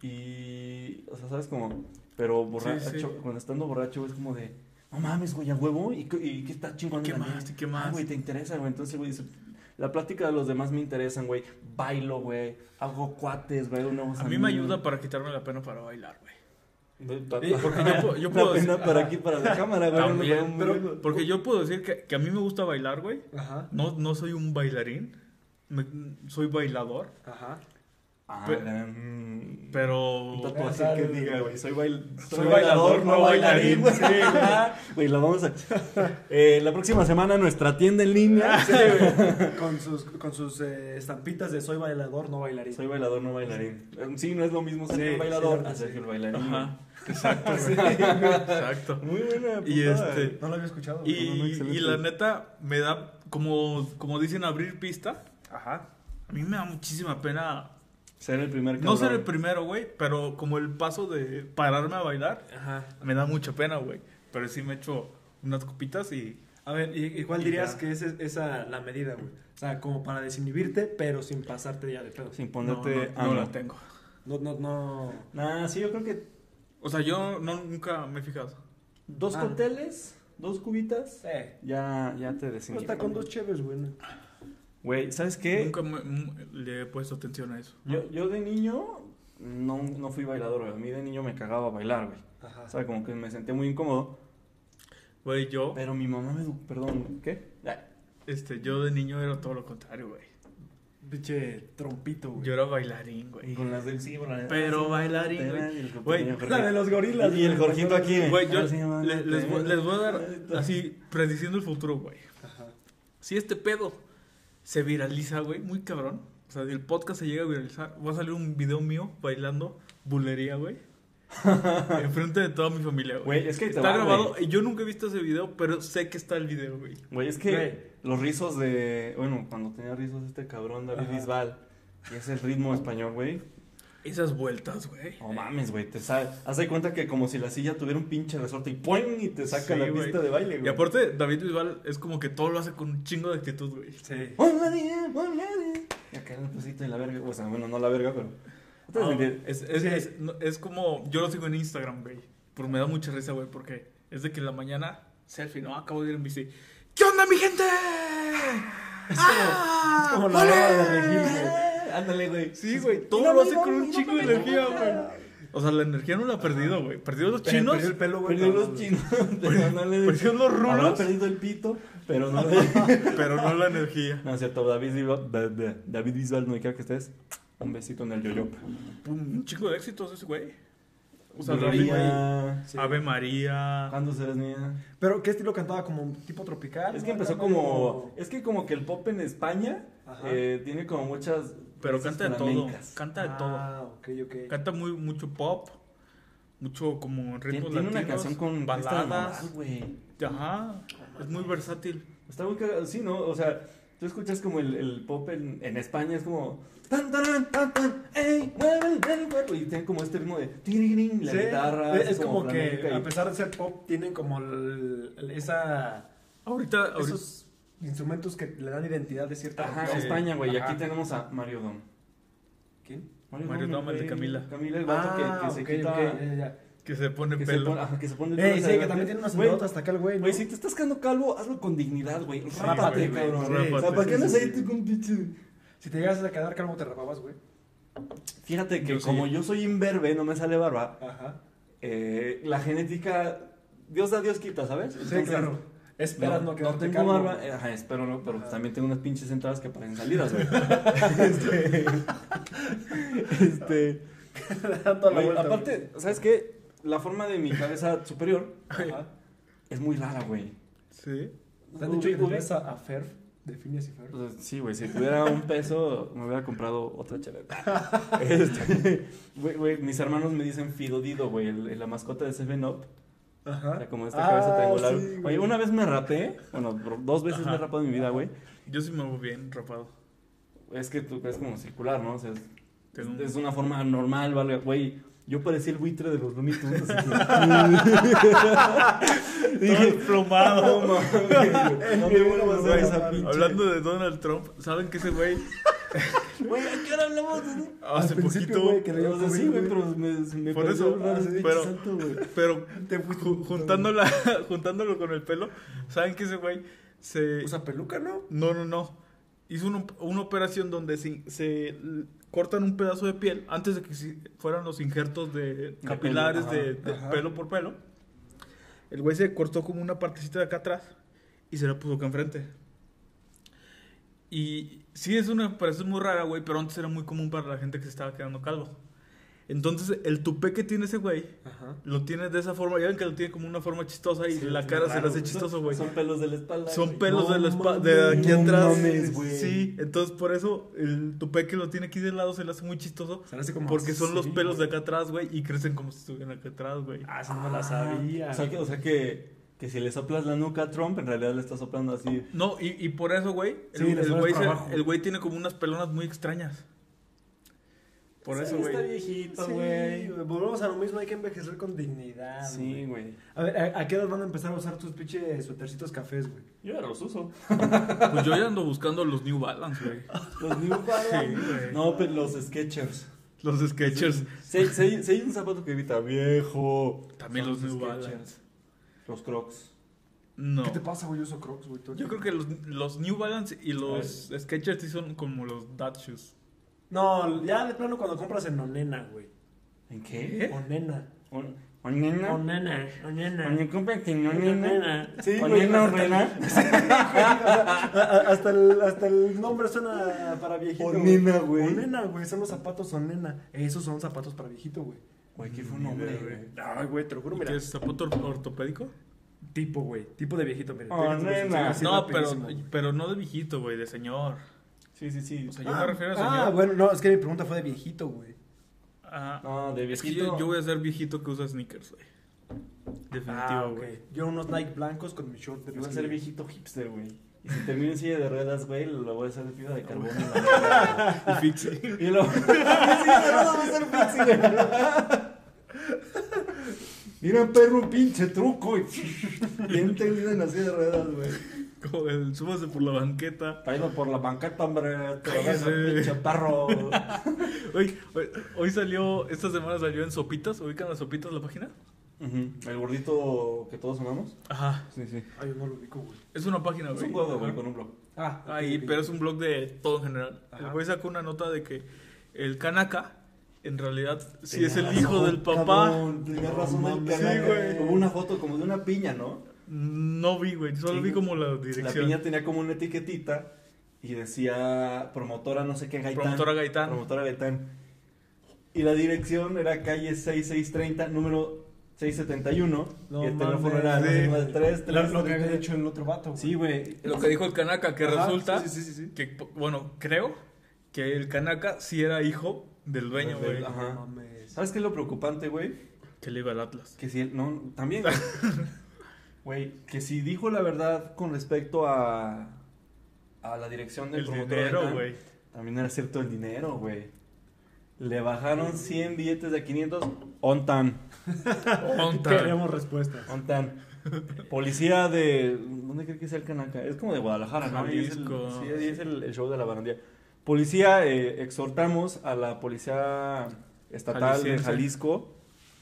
[SPEAKER 2] Y. O sea, ¿sabes como Pero borracho,
[SPEAKER 3] Sí, sí.
[SPEAKER 2] cuando estando borracho, güey, es como de. No mames, güey, a huevo. ¿Y, qué- y qué está chingón
[SPEAKER 3] ¿Qué
[SPEAKER 2] en la
[SPEAKER 3] más?
[SPEAKER 2] vida?
[SPEAKER 3] ¿Y qué más?
[SPEAKER 2] Ah, güey, te interesa, güey. Entonces, güey, dice. La plática de los demás me interesan, güey. Bailo, güey. Hago cuates, güey.
[SPEAKER 3] A mí me ayuda para quitarme la pena para bailar, güey.
[SPEAKER 2] Porque
[SPEAKER 3] yo puedo- yo puedo
[SPEAKER 2] La pena
[SPEAKER 3] decir-
[SPEAKER 2] para
[SPEAKER 3] ajá.
[SPEAKER 2] aquí, para la cámara, güey.
[SPEAKER 3] También,
[SPEAKER 2] no me veo muy
[SPEAKER 1] pero-
[SPEAKER 3] Porque yo puedo decir que, que a mí me gusta bailar, güey.
[SPEAKER 1] Ajá.
[SPEAKER 3] No, no soy un bailarín. Me- soy bailador.
[SPEAKER 1] Ajá.
[SPEAKER 2] Ah,
[SPEAKER 3] pero-
[SPEAKER 2] mm.
[SPEAKER 3] Pero.
[SPEAKER 2] Un tatuaje pues, que diga, güey. Soy, bail- soy
[SPEAKER 3] Soy
[SPEAKER 2] bailador,
[SPEAKER 3] bailador,
[SPEAKER 2] no
[SPEAKER 3] no
[SPEAKER 2] bailarín.
[SPEAKER 3] bailarín.
[SPEAKER 2] güey. Güey, lo vamos a. Eh, la próxima semana nuestra tienda en línea.
[SPEAKER 1] Sí, güey. Con sus, con sus eh, estampitas de soy bailador, no bailarín.
[SPEAKER 2] Soy bailador, no bailarín. Eh, Sí, no es lo mismo ser
[SPEAKER 1] Sí,
[SPEAKER 2] el bailador
[SPEAKER 1] sí,
[SPEAKER 2] a ser el bailarín.
[SPEAKER 3] Ajá. Exacto, güey. Exacto.
[SPEAKER 2] Muy buena. eh.
[SPEAKER 3] Y
[SPEAKER 2] puntada.
[SPEAKER 3] este-
[SPEAKER 1] No lo había escuchado.
[SPEAKER 3] Y,
[SPEAKER 1] güey.
[SPEAKER 2] No, no, no, excelente.
[SPEAKER 3] y la neta, me da. Como, como dicen, abrir pista.
[SPEAKER 1] Ajá.
[SPEAKER 3] A mí me da muchísima pena.
[SPEAKER 2] Ser el primer
[SPEAKER 3] No ser el
[SPEAKER 2] cabrón.
[SPEAKER 3] primero, güey. Pero como el paso de pararme a bailar.
[SPEAKER 1] Ajá.
[SPEAKER 3] Me da mucha pena, güey. Pero sí me echo unas copitas y.
[SPEAKER 1] A ver, ¿y, y cuál
[SPEAKER 3] Y
[SPEAKER 1] dirías
[SPEAKER 3] ya.
[SPEAKER 1] que es es- esa la medida, güey? O sea, como para desinhibirte, pero sin pasarte ya de pedo.
[SPEAKER 2] Sin
[SPEAKER 3] no,
[SPEAKER 2] ponerte.
[SPEAKER 3] no, no
[SPEAKER 2] AMLO.
[SPEAKER 3] la tengo.
[SPEAKER 1] No, no, no.
[SPEAKER 2] Nah, Ah, sí, yo creo que
[SPEAKER 3] O sea, yo no, nunca me he fijado.
[SPEAKER 2] dos
[SPEAKER 1] Ah.
[SPEAKER 2] cócteles, dos cubitas.
[SPEAKER 1] Eh.
[SPEAKER 2] Ya, ya te
[SPEAKER 1] No
[SPEAKER 2] desinhibes.
[SPEAKER 1] está con dos cheves, güey. ¿no?
[SPEAKER 2] Güey, ¿sabes qué?
[SPEAKER 3] Nunca me- m- le he puesto atención a eso.
[SPEAKER 2] Yo, yo de niño no, no fui bailador, güey. A mí de niño me cagaba bailar, güey. O
[SPEAKER 1] Ajá.
[SPEAKER 2] sea, como que me sentía muy incómodo.
[SPEAKER 3] Güey, yo,
[SPEAKER 2] Pero mi mamá me... edu- Perdón, ¿qué? Ya.
[SPEAKER 3] este, yo de niño era todo lo contrario, güey.
[SPEAKER 1] Pinche trompito, güey.
[SPEAKER 3] Yo era bailarín, güey.
[SPEAKER 2] Con las del sí, con la
[SPEAKER 3] Pero bailarín, güey. Güey,
[SPEAKER 1] La de los gorilas.
[SPEAKER 2] Y el
[SPEAKER 1] güey.
[SPEAKER 2] Jorgito aquí.
[SPEAKER 3] Güey, yo
[SPEAKER 2] Ah, sí, mamá,
[SPEAKER 3] le- les, voy,
[SPEAKER 2] te-
[SPEAKER 3] les voy a dar así, prediciendo el futuro, güey.
[SPEAKER 1] Ajá.
[SPEAKER 3] Si este pedo se viraliza, güey, muy cabrón. O sea, si el podcast se llega a viralizar, va a salir un video mío bailando bulería, güey. Enfrente de toda mi familia, güey.
[SPEAKER 2] Güey, es que ahí te
[SPEAKER 3] Está
[SPEAKER 2] va,
[SPEAKER 3] grabado,
[SPEAKER 2] güey.
[SPEAKER 3] yo nunca he visto ese video, pero sé que está el video, güey.
[SPEAKER 2] Güey, es que
[SPEAKER 1] Güey.
[SPEAKER 2] los rizos de. Bueno, cuando tenía rizos este cabrón David
[SPEAKER 1] Ajá.
[SPEAKER 2] Bisbal. Y es el ritmo español, güey.
[SPEAKER 3] Esas vueltas, güey.
[SPEAKER 2] No mames, güey. Te sale. Haz de cuenta que como si la silla tuviera un pinche resorte y ¡poing! Y te saca
[SPEAKER 3] Sí,
[SPEAKER 2] la
[SPEAKER 3] güey.
[SPEAKER 2] pista de baile, güey.
[SPEAKER 3] Y aparte, David Bisbal es como que todo lo hace con un chingo de actitud, güey.
[SPEAKER 1] Sí.
[SPEAKER 2] ¡Hola, día! ¡Hola, día! Y acá el pesito de la verga. O sea, bueno, no la verga, pero. ¿Te
[SPEAKER 3] Ah,
[SPEAKER 2] entiendes?
[SPEAKER 3] es, es-
[SPEAKER 1] Sí.
[SPEAKER 3] es- no, es como. Yo lo sigo en Instagram, güey. Porque me da mucha risa, güey. Porque es de que en la mañana, selfie, no, acabo de ir en bici. ¿Qué onda, mi gente? Ah,
[SPEAKER 1] es
[SPEAKER 3] Es
[SPEAKER 1] como la hora de regir, güey.
[SPEAKER 2] Ándale, güey.
[SPEAKER 3] Sí, güey.
[SPEAKER 2] Y
[SPEAKER 3] Todo
[SPEAKER 2] no me
[SPEAKER 3] lo hace con
[SPEAKER 2] iba,
[SPEAKER 3] un
[SPEAKER 2] y no
[SPEAKER 3] chico
[SPEAKER 2] me
[SPEAKER 3] de energía,
[SPEAKER 2] iba.
[SPEAKER 3] güey. O sea, la energía no la ha perdido, güey. Perdió los
[SPEAKER 1] Pe-
[SPEAKER 3] chinos.
[SPEAKER 1] Perdió el pelo, güey.
[SPEAKER 2] Perdió
[SPEAKER 1] pero-
[SPEAKER 2] los chinos. Perdió pues,
[SPEAKER 3] Perdió los
[SPEAKER 2] Habrá
[SPEAKER 3] rulos.
[SPEAKER 2] perdido el pito, pero no le...
[SPEAKER 3] Pero no la energía.
[SPEAKER 2] No es cierto, David Bisbal, da- da- David Bisbal, no hay que estés. Un besito en el yoyo.
[SPEAKER 3] Pum, un chico de éxitos ese, güey. O sea, David-
[SPEAKER 2] María.
[SPEAKER 1] Sí.
[SPEAKER 3] Ave María.
[SPEAKER 2] ¿Cuándo serás mía?
[SPEAKER 1] Pero, ¿qué estilo cantaba? ¿Como tipo tropical?
[SPEAKER 2] Es
[SPEAKER 1] ¿no?
[SPEAKER 2] que empezó
[SPEAKER 1] Era
[SPEAKER 2] como.
[SPEAKER 1] medio-
[SPEAKER 2] Es que como que el pop en España
[SPEAKER 1] Ajá.
[SPEAKER 2] eh, tiene como muchas.
[SPEAKER 3] Pero
[SPEAKER 2] raíces
[SPEAKER 3] canta de todo.
[SPEAKER 2] flamencas.
[SPEAKER 3] Canta de todo.
[SPEAKER 1] Ah, ok, ok.
[SPEAKER 3] Canta muy mucho pop, mucho
[SPEAKER 2] Tiene,
[SPEAKER 3] como ritmos
[SPEAKER 2] tiene
[SPEAKER 3] latinos,
[SPEAKER 2] una canción con Cristian Nodal,
[SPEAKER 3] baladas.
[SPEAKER 2] güey.
[SPEAKER 3] Ajá, es muy versátil.
[SPEAKER 2] Está muy cagado, sí, ¿no? O sea, tú escuchas como el, el pop en, en España, es como. Tan, tan, tan, tan, ey, mueve el cuerpo. Y tiene como este ritmo de. tirirín, la
[SPEAKER 1] Sí,
[SPEAKER 2] guitarra.
[SPEAKER 1] es, es como, que,
[SPEAKER 2] flamenca
[SPEAKER 1] a
[SPEAKER 2] y-
[SPEAKER 1] pesar de ser pop, tienen como el- el- esa,
[SPEAKER 3] Ahorita, ahorita
[SPEAKER 1] esos instrumentos que le dan identidad de cierta
[SPEAKER 2] Ajá,
[SPEAKER 1] región.
[SPEAKER 3] Sí.
[SPEAKER 2] España, güey. Y
[SPEAKER 1] Ajá.
[SPEAKER 2] aquí tenemos a Mario Dom.
[SPEAKER 1] ¿Quién? Ah,
[SPEAKER 3] Mario Dom, el de
[SPEAKER 2] güey.
[SPEAKER 3] Camila.
[SPEAKER 2] Camila, el vato que- que, se
[SPEAKER 1] ok,
[SPEAKER 2] quita.
[SPEAKER 1] ok, ya, ya.
[SPEAKER 3] que se pone
[SPEAKER 2] Que se,
[SPEAKER 3] pelo.
[SPEAKER 2] pone, ajá, que se pone el
[SPEAKER 1] Ey,
[SPEAKER 2] pelo
[SPEAKER 1] sí,
[SPEAKER 2] hacia
[SPEAKER 1] que
[SPEAKER 2] adelante.
[SPEAKER 1] también tiene unas
[SPEAKER 2] Güey,
[SPEAKER 1] notas hasta acá el güey, ¿no?
[SPEAKER 2] Güey, si te estás quedando calvo, hazlo con dignidad, güey. Rápate,
[SPEAKER 1] güey, güey.
[SPEAKER 2] cabrón.
[SPEAKER 1] Sí.
[SPEAKER 2] O sea, ¿para qué andas
[SPEAKER 3] Sí,
[SPEAKER 2] ahí tú con pinche?
[SPEAKER 1] Si te llegas a quedar calvo, te rapabas, güey.
[SPEAKER 2] Fíjate que
[SPEAKER 3] Yo sí.
[SPEAKER 2] como yo soy imberbe, no me sale barba,
[SPEAKER 1] Ajá.
[SPEAKER 2] eh, la genética, Dios da, Dios quita, ¿sabes?
[SPEAKER 1] Sí,
[SPEAKER 2] Entonces,
[SPEAKER 1] claro. Esperas no,
[SPEAKER 2] no, no
[SPEAKER 1] quedarte
[SPEAKER 2] tengo
[SPEAKER 1] calvo.
[SPEAKER 2] barba, eh, ajá, espero no, pero pues también tengo unas pinches entradas que parecen salidas, güey. este, este,
[SPEAKER 1] Dando la
[SPEAKER 2] güey,
[SPEAKER 1] vuelta, güey.
[SPEAKER 2] aparte, ¿sabes qué? La forma de mi cabeza superior
[SPEAKER 1] Ajá.
[SPEAKER 2] es muy rara, güey.
[SPEAKER 3] Sí.
[SPEAKER 1] ¿Te han dicho que
[SPEAKER 2] Ubi-
[SPEAKER 1] ves a, a Ferb? De Phineas y Ferb.
[SPEAKER 2] Pues, Sí, güey, si tuviera un peso me hubiera comprado otra chaveta. Este, güey, güey, mis hermanos me dicen Fido Dido, güey, el- la mascota de Seven Up.
[SPEAKER 1] Ajá.
[SPEAKER 2] Era como esta
[SPEAKER 1] Ah,
[SPEAKER 2] cabeza triangular.
[SPEAKER 1] sí, güey.
[SPEAKER 2] Oye, una vez me rapé, bueno, bro, dos veces
[SPEAKER 3] Ajá.
[SPEAKER 2] me he rapado en mi vida, güey.
[SPEAKER 3] Yo sí me hago bien rapado.
[SPEAKER 2] Es que tú es como circular, ¿no? O sea, es,
[SPEAKER 3] Tengo un-
[SPEAKER 2] es una forma normal, ¿vale? Güey, yo parecía el buitre de los Looney Tunes, así que-
[SPEAKER 3] Todo
[SPEAKER 2] Dije, no
[SPEAKER 3] desplomado.
[SPEAKER 2] mames, no me vuelvas a ver esa pinche.
[SPEAKER 3] Hablando de Donald Trump, ¿saben que ese güey
[SPEAKER 2] Güey, ¿a qué hora hablamos de eso?
[SPEAKER 3] hace
[SPEAKER 1] Al principio,
[SPEAKER 3] poquito?
[SPEAKER 1] güey, que le dio
[SPEAKER 2] No sé, sí,
[SPEAKER 1] COVID,
[SPEAKER 2] güey, pero me, se me
[SPEAKER 3] Por
[SPEAKER 2] pareció
[SPEAKER 3] eso,
[SPEAKER 2] raro ese pinche
[SPEAKER 3] pero-
[SPEAKER 2] santo, güey.
[SPEAKER 3] Pero
[SPEAKER 1] Te fuiste
[SPEAKER 3] ju-
[SPEAKER 1] un poquito,
[SPEAKER 3] juntándola, juntándolo con el pelo, ¿saben que ese güey se
[SPEAKER 1] Usa peluca, ¿no?
[SPEAKER 3] No, no, no. Hizo una, una operación donde se, se l- cortan un pedazo de piel antes de que si- fueran los injertos de capilares
[SPEAKER 2] pelo,
[SPEAKER 3] de,
[SPEAKER 2] ajá,
[SPEAKER 3] de
[SPEAKER 1] ajá.
[SPEAKER 3] pelo por pelo. El güey se cortó como una partecita de acá atrás y se la puso acá enfrente. Y sí es una operación muy rara, güey, pero antes era muy común para la gente que se estaba quedando calvo. Entonces, el tupé que tiene ese güey
[SPEAKER 1] Ajá.
[SPEAKER 3] lo tiene de esa forma. Ya ven que lo tiene como una forma chistosa y
[SPEAKER 1] Sí,
[SPEAKER 3] la
[SPEAKER 1] es
[SPEAKER 3] cara se
[SPEAKER 1] raro,
[SPEAKER 3] le hace
[SPEAKER 1] güey.
[SPEAKER 3] chistoso, güey.
[SPEAKER 2] Son pelos de la espalda.
[SPEAKER 3] Son
[SPEAKER 2] güey.
[SPEAKER 3] pelos
[SPEAKER 1] No
[SPEAKER 3] de, la espa-
[SPEAKER 1] mames,
[SPEAKER 3] de aquí
[SPEAKER 2] no
[SPEAKER 3] atrás.
[SPEAKER 2] mames, güey.
[SPEAKER 3] sí, entonces por eso el tupé que lo tiene aquí de lado se le hace muy chistoso.
[SPEAKER 1] Se le hace como
[SPEAKER 3] Porque son los
[SPEAKER 1] así,
[SPEAKER 3] pelos de
[SPEAKER 1] güey.
[SPEAKER 3] acá atrás, güey, y crecen como si estuvieran acá atrás, güey.
[SPEAKER 1] Ah, eso no me la sabía.
[SPEAKER 2] O sea, que, o sea que, que si le soplas la nuca a Trump, en realidad le está soplando así.
[SPEAKER 3] No, y, y por eso, güey, el-
[SPEAKER 1] Sí,
[SPEAKER 3] el,
[SPEAKER 1] les sale
[SPEAKER 3] güey
[SPEAKER 1] para
[SPEAKER 3] se-
[SPEAKER 1] abajo.
[SPEAKER 3] el güey tiene como unas pelonas muy extrañas. Por
[SPEAKER 2] Sí,
[SPEAKER 3] eso,
[SPEAKER 2] Está
[SPEAKER 3] güey.
[SPEAKER 2] viejito,
[SPEAKER 1] Sí,
[SPEAKER 2] güey.
[SPEAKER 1] volvemos a lo mismo, hay que envejecer con dignidad.
[SPEAKER 2] Sí, Ah, güey.
[SPEAKER 1] A ver, ¿a, a qué edad van a empezar a usar tus pinches suetercitos cafés, güey?
[SPEAKER 2] Yo ya los uso.
[SPEAKER 3] Pues yo ya ando buscando los New Balance, güey.
[SPEAKER 2] Los New Balance.
[SPEAKER 3] Sí, güey.
[SPEAKER 2] no, pero los Skechers.
[SPEAKER 3] Los Skechers.
[SPEAKER 2] Si hay, si hay- si hay un zapato que grita viejo.
[SPEAKER 3] También
[SPEAKER 2] son
[SPEAKER 3] los New Balance.
[SPEAKER 2] Los Crocs.
[SPEAKER 3] No.
[SPEAKER 1] ¿Qué te pasa, güey? Yo uso crocs, güey.
[SPEAKER 3] Yo creo que los, los New Balance y los Skechers sí son como los Dad Shoes.
[SPEAKER 1] No, ya de plano cuando compras en Onena, güey.
[SPEAKER 2] ¿En qué?
[SPEAKER 1] Onena.
[SPEAKER 2] Un- O nena.
[SPEAKER 1] O nena, o nena.
[SPEAKER 2] O ni compa que no
[SPEAKER 1] o
[SPEAKER 2] nena.
[SPEAKER 1] nena. Sí,
[SPEAKER 2] O
[SPEAKER 1] güey,
[SPEAKER 2] nena
[SPEAKER 1] hasta el-
[SPEAKER 2] ordena.
[SPEAKER 1] A- a- Hasta el, hasta el nombre suena para viejito.
[SPEAKER 2] O
[SPEAKER 1] güey.
[SPEAKER 2] nena, güey.
[SPEAKER 1] O nena, güey. Son los zapatos o nena. Esos son zapatos para viejito, güey.
[SPEAKER 2] Güey, ¿qué fue un
[SPEAKER 3] idea,
[SPEAKER 2] hombre,
[SPEAKER 3] güey.
[SPEAKER 2] güey?
[SPEAKER 1] Ay, güey, te lo juro, mira.
[SPEAKER 3] ¿Qué es zapato or- ortopédico?
[SPEAKER 1] Tipo, güey. Tipo de viejito, mira.
[SPEAKER 2] Oh,
[SPEAKER 1] Te- te lo enseño
[SPEAKER 2] nena.
[SPEAKER 1] así
[SPEAKER 3] no, pero,
[SPEAKER 1] rapidísimo, güey.
[SPEAKER 3] pero no de viejito, güey, de señor.
[SPEAKER 2] Sí, sí, sí.
[SPEAKER 3] O sea, yo me refiero a señor.
[SPEAKER 1] Ah, bueno, no, es que mi pregunta fue de viejito, güey.
[SPEAKER 3] Ah,
[SPEAKER 2] No, de
[SPEAKER 3] es que yo,
[SPEAKER 2] viejito.
[SPEAKER 3] yo voy a ser viejito que usa sneakers, güey. Definitivo,
[SPEAKER 1] Ah,
[SPEAKER 3] güey.
[SPEAKER 1] ok. Yo unos Nike blancos con mi short de
[SPEAKER 2] Voy a
[SPEAKER 1] mezclilla.
[SPEAKER 2] ser viejito hipster, güey. Y si termino en silla de ruedas, güey, lo voy a hacer de fibra de carbono. en la mano,
[SPEAKER 3] Y
[SPEAKER 1] Ah.
[SPEAKER 3] fixie.
[SPEAKER 2] güey. Y lo voy a hacer fixie, güey. Mira, perro, un pinche truco. y- Bien tendido en la silla de ruedas, güey.
[SPEAKER 3] Como el súbase por la banqueta.
[SPEAKER 2] Traído por la banqueta, hombre. Te lo vas a
[SPEAKER 3] Cállese.
[SPEAKER 2] pinche perro.
[SPEAKER 3] Hoy, hoy, hoy salió, esta semana salió en Sopitas. ¿Ubican las Sopitas la página?
[SPEAKER 2] Ujú, El gordito que todos amamos.
[SPEAKER 3] Ajá.
[SPEAKER 2] Sí, sí.
[SPEAKER 1] Ay, Ah, yo no lo ubico, güey.
[SPEAKER 3] Es una página,
[SPEAKER 2] Es
[SPEAKER 3] güey.
[SPEAKER 2] un juego, güey,
[SPEAKER 3] Ajá.
[SPEAKER 2] con un blog.
[SPEAKER 1] Ah, ok,
[SPEAKER 3] Ahí,
[SPEAKER 1] ok.
[SPEAKER 3] pero es un blog de todo en general.
[SPEAKER 1] Ajá.
[SPEAKER 3] El güey sacó una nota de que el Kanaka, en realidad, sí es el
[SPEAKER 2] Tenía
[SPEAKER 3] hijo
[SPEAKER 2] razón,
[SPEAKER 3] del papá.
[SPEAKER 2] Ah, cabrón, tenía
[SPEAKER 1] No
[SPEAKER 2] razón del
[SPEAKER 1] mames.
[SPEAKER 2] canal.
[SPEAKER 3] Sí, güey.
[SPEAKER 2] Hubo una foto como de una piña, ¿no?
[SPEAKER 3] No vi, güey. Solo
[SPEAKER 2] Sí.
[SPEAKER 3] vi como la
[SPEAKER 2] La
[SPEAKER 3] dirección.
[SPEAKER 2] piña tenía como una etiquetita y decía promotora no sé qué Gaitán.
[SPEAKER 3] Promotora Gaitán.
[SPEAKER 2] Promotora Gaitán. Y la dirección era calle 6630, número 671.
[SPEAKER 1] No
[SPEAKER 2] y el teléfono
[SPEAKER 1] mames,
[SPEAKER 2] era
[SPEAKER 1] sí.
[SPEAKER 2] 3,
[SPEAKER 1] Lo, lo que había dicho el otro vato, güey.
[SPEAKER 2] Sí, güey.
[SPEAKER 3] Lo que dijo el Kanaka, que
[SPEAKER 1] Ajá,
[SPEAKER 3] resulta
[SPEAKER 1] Sí, sí, sí, sí.
[SPEAKER 3] que, bueno, creo que el Kanaka sí era hijo del dueño,
[SPEAKER 2] Del-
[SPEAKER 3] güey.
[SPEAKER 2] ajá.
[SPEAKER 1] No mames.
[SPEAKER 2] ¿Sabes qué es lo preocupante, güey?
[SPEAKER 3] Que le iba al Atlas.
[SPEAKER 2] Que si él, no, también. güey. Güey, que si dijo la verdad con respecto a a la dirección del
[SPEAKER 3] El
[SPEAKER 2] promotor
[SPEAKER 3] dinero,
[SPEAKER 2] Gaitán,
[SPEAKER 3] güey.
[SPEAKER 2] También era cierto el dinero, güey. Le bajaron 100 billetes de 500 on tan,
[SPEAKER 3] Onta.
[SPEAKER 1] Queremos respuestas.
[SPEAKER 2] on tan. Policía de ¿dónde cree que sea el Canaca? Es como de Guadalajara, ¿no? Y es el,
[SPEAKER 3] Jalisco.
[SPEAKER 2] sí, ahí es el- el show de la barandilla. Policía eh, exhortamos a la policía estatal de
[SPEAKER 3] Jalisciense.
[SPEAKER 2] Jalisco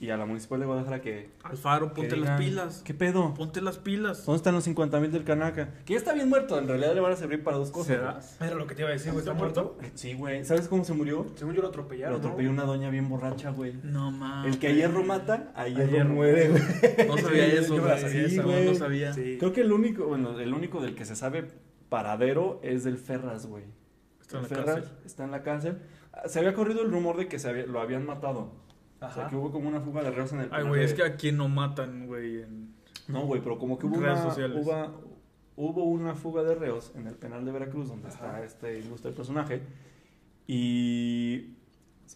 [SPEAKER 2] y a la municipal de Guadalajara que
[SPEAKER 3] Alfaro,
[SPEAKER 2] que
[SPEAKER 3] ponte
[SPEAKER 2] digan,
[SPEAKER 3] las pilas.
[SPEAKER 2] ¿Qué pedo?
[SPEAKER 3] Ponte las pilas.
[SPEAKER 2] ¿Dónde están los 50 mil del Canaca? Que ya está bien muerto, en realidad le van a servir para dos cosas.
[SPEAKER 3] ¿Será?
[SPEAKER 1] Era lo que te iba a decir, güey. ¿Está muerto?
[SPEAKER 2] güey. Sí, güey. ¿Sabes cómo se murió?
[SPEAKER 1] Según yo lo
[SPEAKER 2] Lo
[SPEAKER 1] atropellaron. ¿no?
[SPEAKER 2] atropelló una doña bien borracha, güey.
[SPEAKER 3] No mames.
[SPEAKER 2] El que a hierro mata, a hierro,
[SPEAKER 1] hierro.
[SPEAKER 2] muere, güey.
[SPEAKER 3] No sabía
[SPEAKER 1] Sí,
[SPEAKER 3] eso,
[SPEAKER 1] yo me la
[SPEAKER 3] güey.
[SPEAKER 1] sabía
[SPEAKER 3] Sí,
[SPEAKER 1] esa,
[SPEAKER 3] güey.
[SPEAKER 2] güey.
[SPEAKER 3] No sabía.
[SPEAKER 1] Sí.
[SPEAKER 2] Creo que el único, bueno, el único del que se sabe paradero es del Ferras, güey.
[SPEAKER 3] Está en
[SPEAKER 2] El
[SPEAKER 3] la cárcel.
[SPEAKER 2] Está en la cárcel. Ah, Se había corrido el rumor de que se había- lo habían matado. O sea,
[SPEAKER 1] Ajá.
[SPEAKER 2] que hubo como una fuga de reos en el
[SPEAKER 3] Ay,
[SPEAKER 2] penal
[SPEAKER 3] güey,
[SPEAKER 2] de-
[SPEAKER 3] es que a quién no matan, güey. en-
[SPEAKER 2] No, güey, pero como que hubo
[SPEAKER 3] Redes
[SPEAKER 2] una,
[SPEAKER 3] sociales.
[SPEAKER 2] hubo- hubo una fuga de reos en el penal de Veracruz, donde
[SPEAKER 1] Ajá.
[SPEAKER 2] está este ilustre personaje. Y.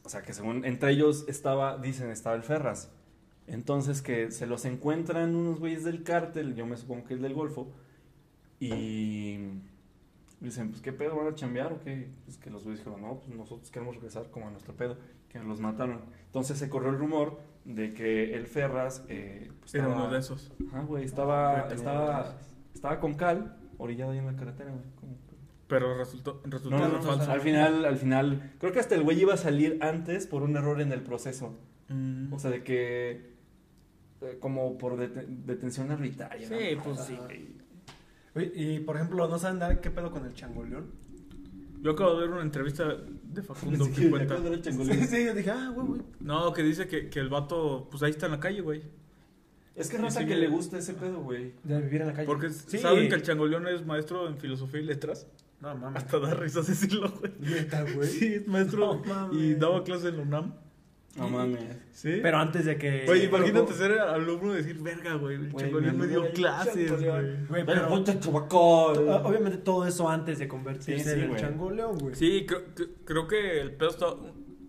[SPEAKER 2] O sea, que según entre ellos estaba, dicen, estaba el Ferras. Entonces que se los encuentran unos güeyes del cártel, yo me supongo que el del Golfo. Y. Dicen, pues qué pedo, van a chambear o qué. Pues que los güeyes dijeron, no, pues nosotros queremos regresar como a nuestro pedo, que los mataron. Entonces se corrió el rumor de que el Ferras. eh, pues,
[SPEAKER 3] Era
[SPEAKER 2] estaba-
[SPEAKER 3] uno de esos.
[SPEAKER 2] Ajá, güey, estaba,
[SPEAKER 3] Ah,
[SPEAKER 1] Vete,
[SPEAKER 2] estaba, estaba con cal, orillado ahí en la carretera, güey. como-
[SPEAKER 3] Pero resultó, resultó
[SPEAKER 2] No, no, no,
[SPEAKER 3] falso.
[SPEAKER 2] al final, al final, creo que hasta el güey iba a salir antes por un error en el proceso.
[SPEAKER 3] Mm.
[SPEAKER 2] O sea, de que, eh, como por dete- detención arbitraria.
[SPEAKER 3] sí,
[SPEAKER 2] ¿no?
[SPEAKER 3] pues sí.
[SPEAKER 1] Ajá. Oye, y por ejemplo, ¿no saben dar qué pedo con el changoleón?
[SPEAKER 3] Yo acabo de ver una entrevista de Facundo
[SPEAKER 2] Sí,
[SPEAKER 3] que
[SPEAKER 2] me
[SPEAKER 3] cuenta.
[SPEAKER 2] acuerdo del
[SPEAKER 1] Sí,
[SPEAKER 2] changolín.
[SPEAKER 1] sí, yo dije, ah, güey, güey.
[SPEAKER 3] No, que dice que, que el vato, pues ahí está en la calle, güey.
[SPEAKER 2] Es que
[SPEAKER 3] Sí,
[SPEAKER 2] raza
[SPEAKER 3] sí,
[SPEAKER 2] que
[SPEAKER 3] yo-
[SPEAKER 2] le gusta ese pedo, güey.
[SPEAKER 1] De vivir en la calle.
[SPEAKER 3] Porque
[SPEAKER 1] Sí.
[SPEAKER 3] saben que el changoleón es maestro en filosofía y letras.
[SPEAKER 1] No mames.
[SPEAKER 3] Hasta da risa decirlo, güey.
[SPEAKER 1] Neta, güey.
[SPEAKER 3] Sí, es maestro
[SPEAKER 1] No mames.
[SPEAKER 3] y daba clases en la UNAM.
[SPEAKER 2] No mames.
[SPEAKER 3] Sí.
[SPEAKER 1] Pero antes de que.
[SPEAKER 3] Güey, imagínate ser alumno y decir, verga, güey, el
[SPEAKER 2] Güey,
[SPEAKER 3] changoleón
[SPEAKER 2] mi
[SPEAKER 3] me dio
[SPEAKER 2] alumno, el
[SPEAKER 3] clases,
[SPEAKER 2] changoleón.
[SPEAKER 3] güey.
[SPEAKER 1] Güey,
[SPEAKER 2] Dale,
[SPEAKER 1] pero.
[SPEAKER 2] ponte chubacol.
[SPEAKER 1] Ah, Obviamente todo eso antes de convertirse
[SPEAKER 2] Sí, sí,
[SPEAKER 1] en el
[SPEAKER 2] güey.
[SPEAKER 1] changoleón, güey.
[SPEAKER 3] Sí, creo, cre- creo que el pedo está...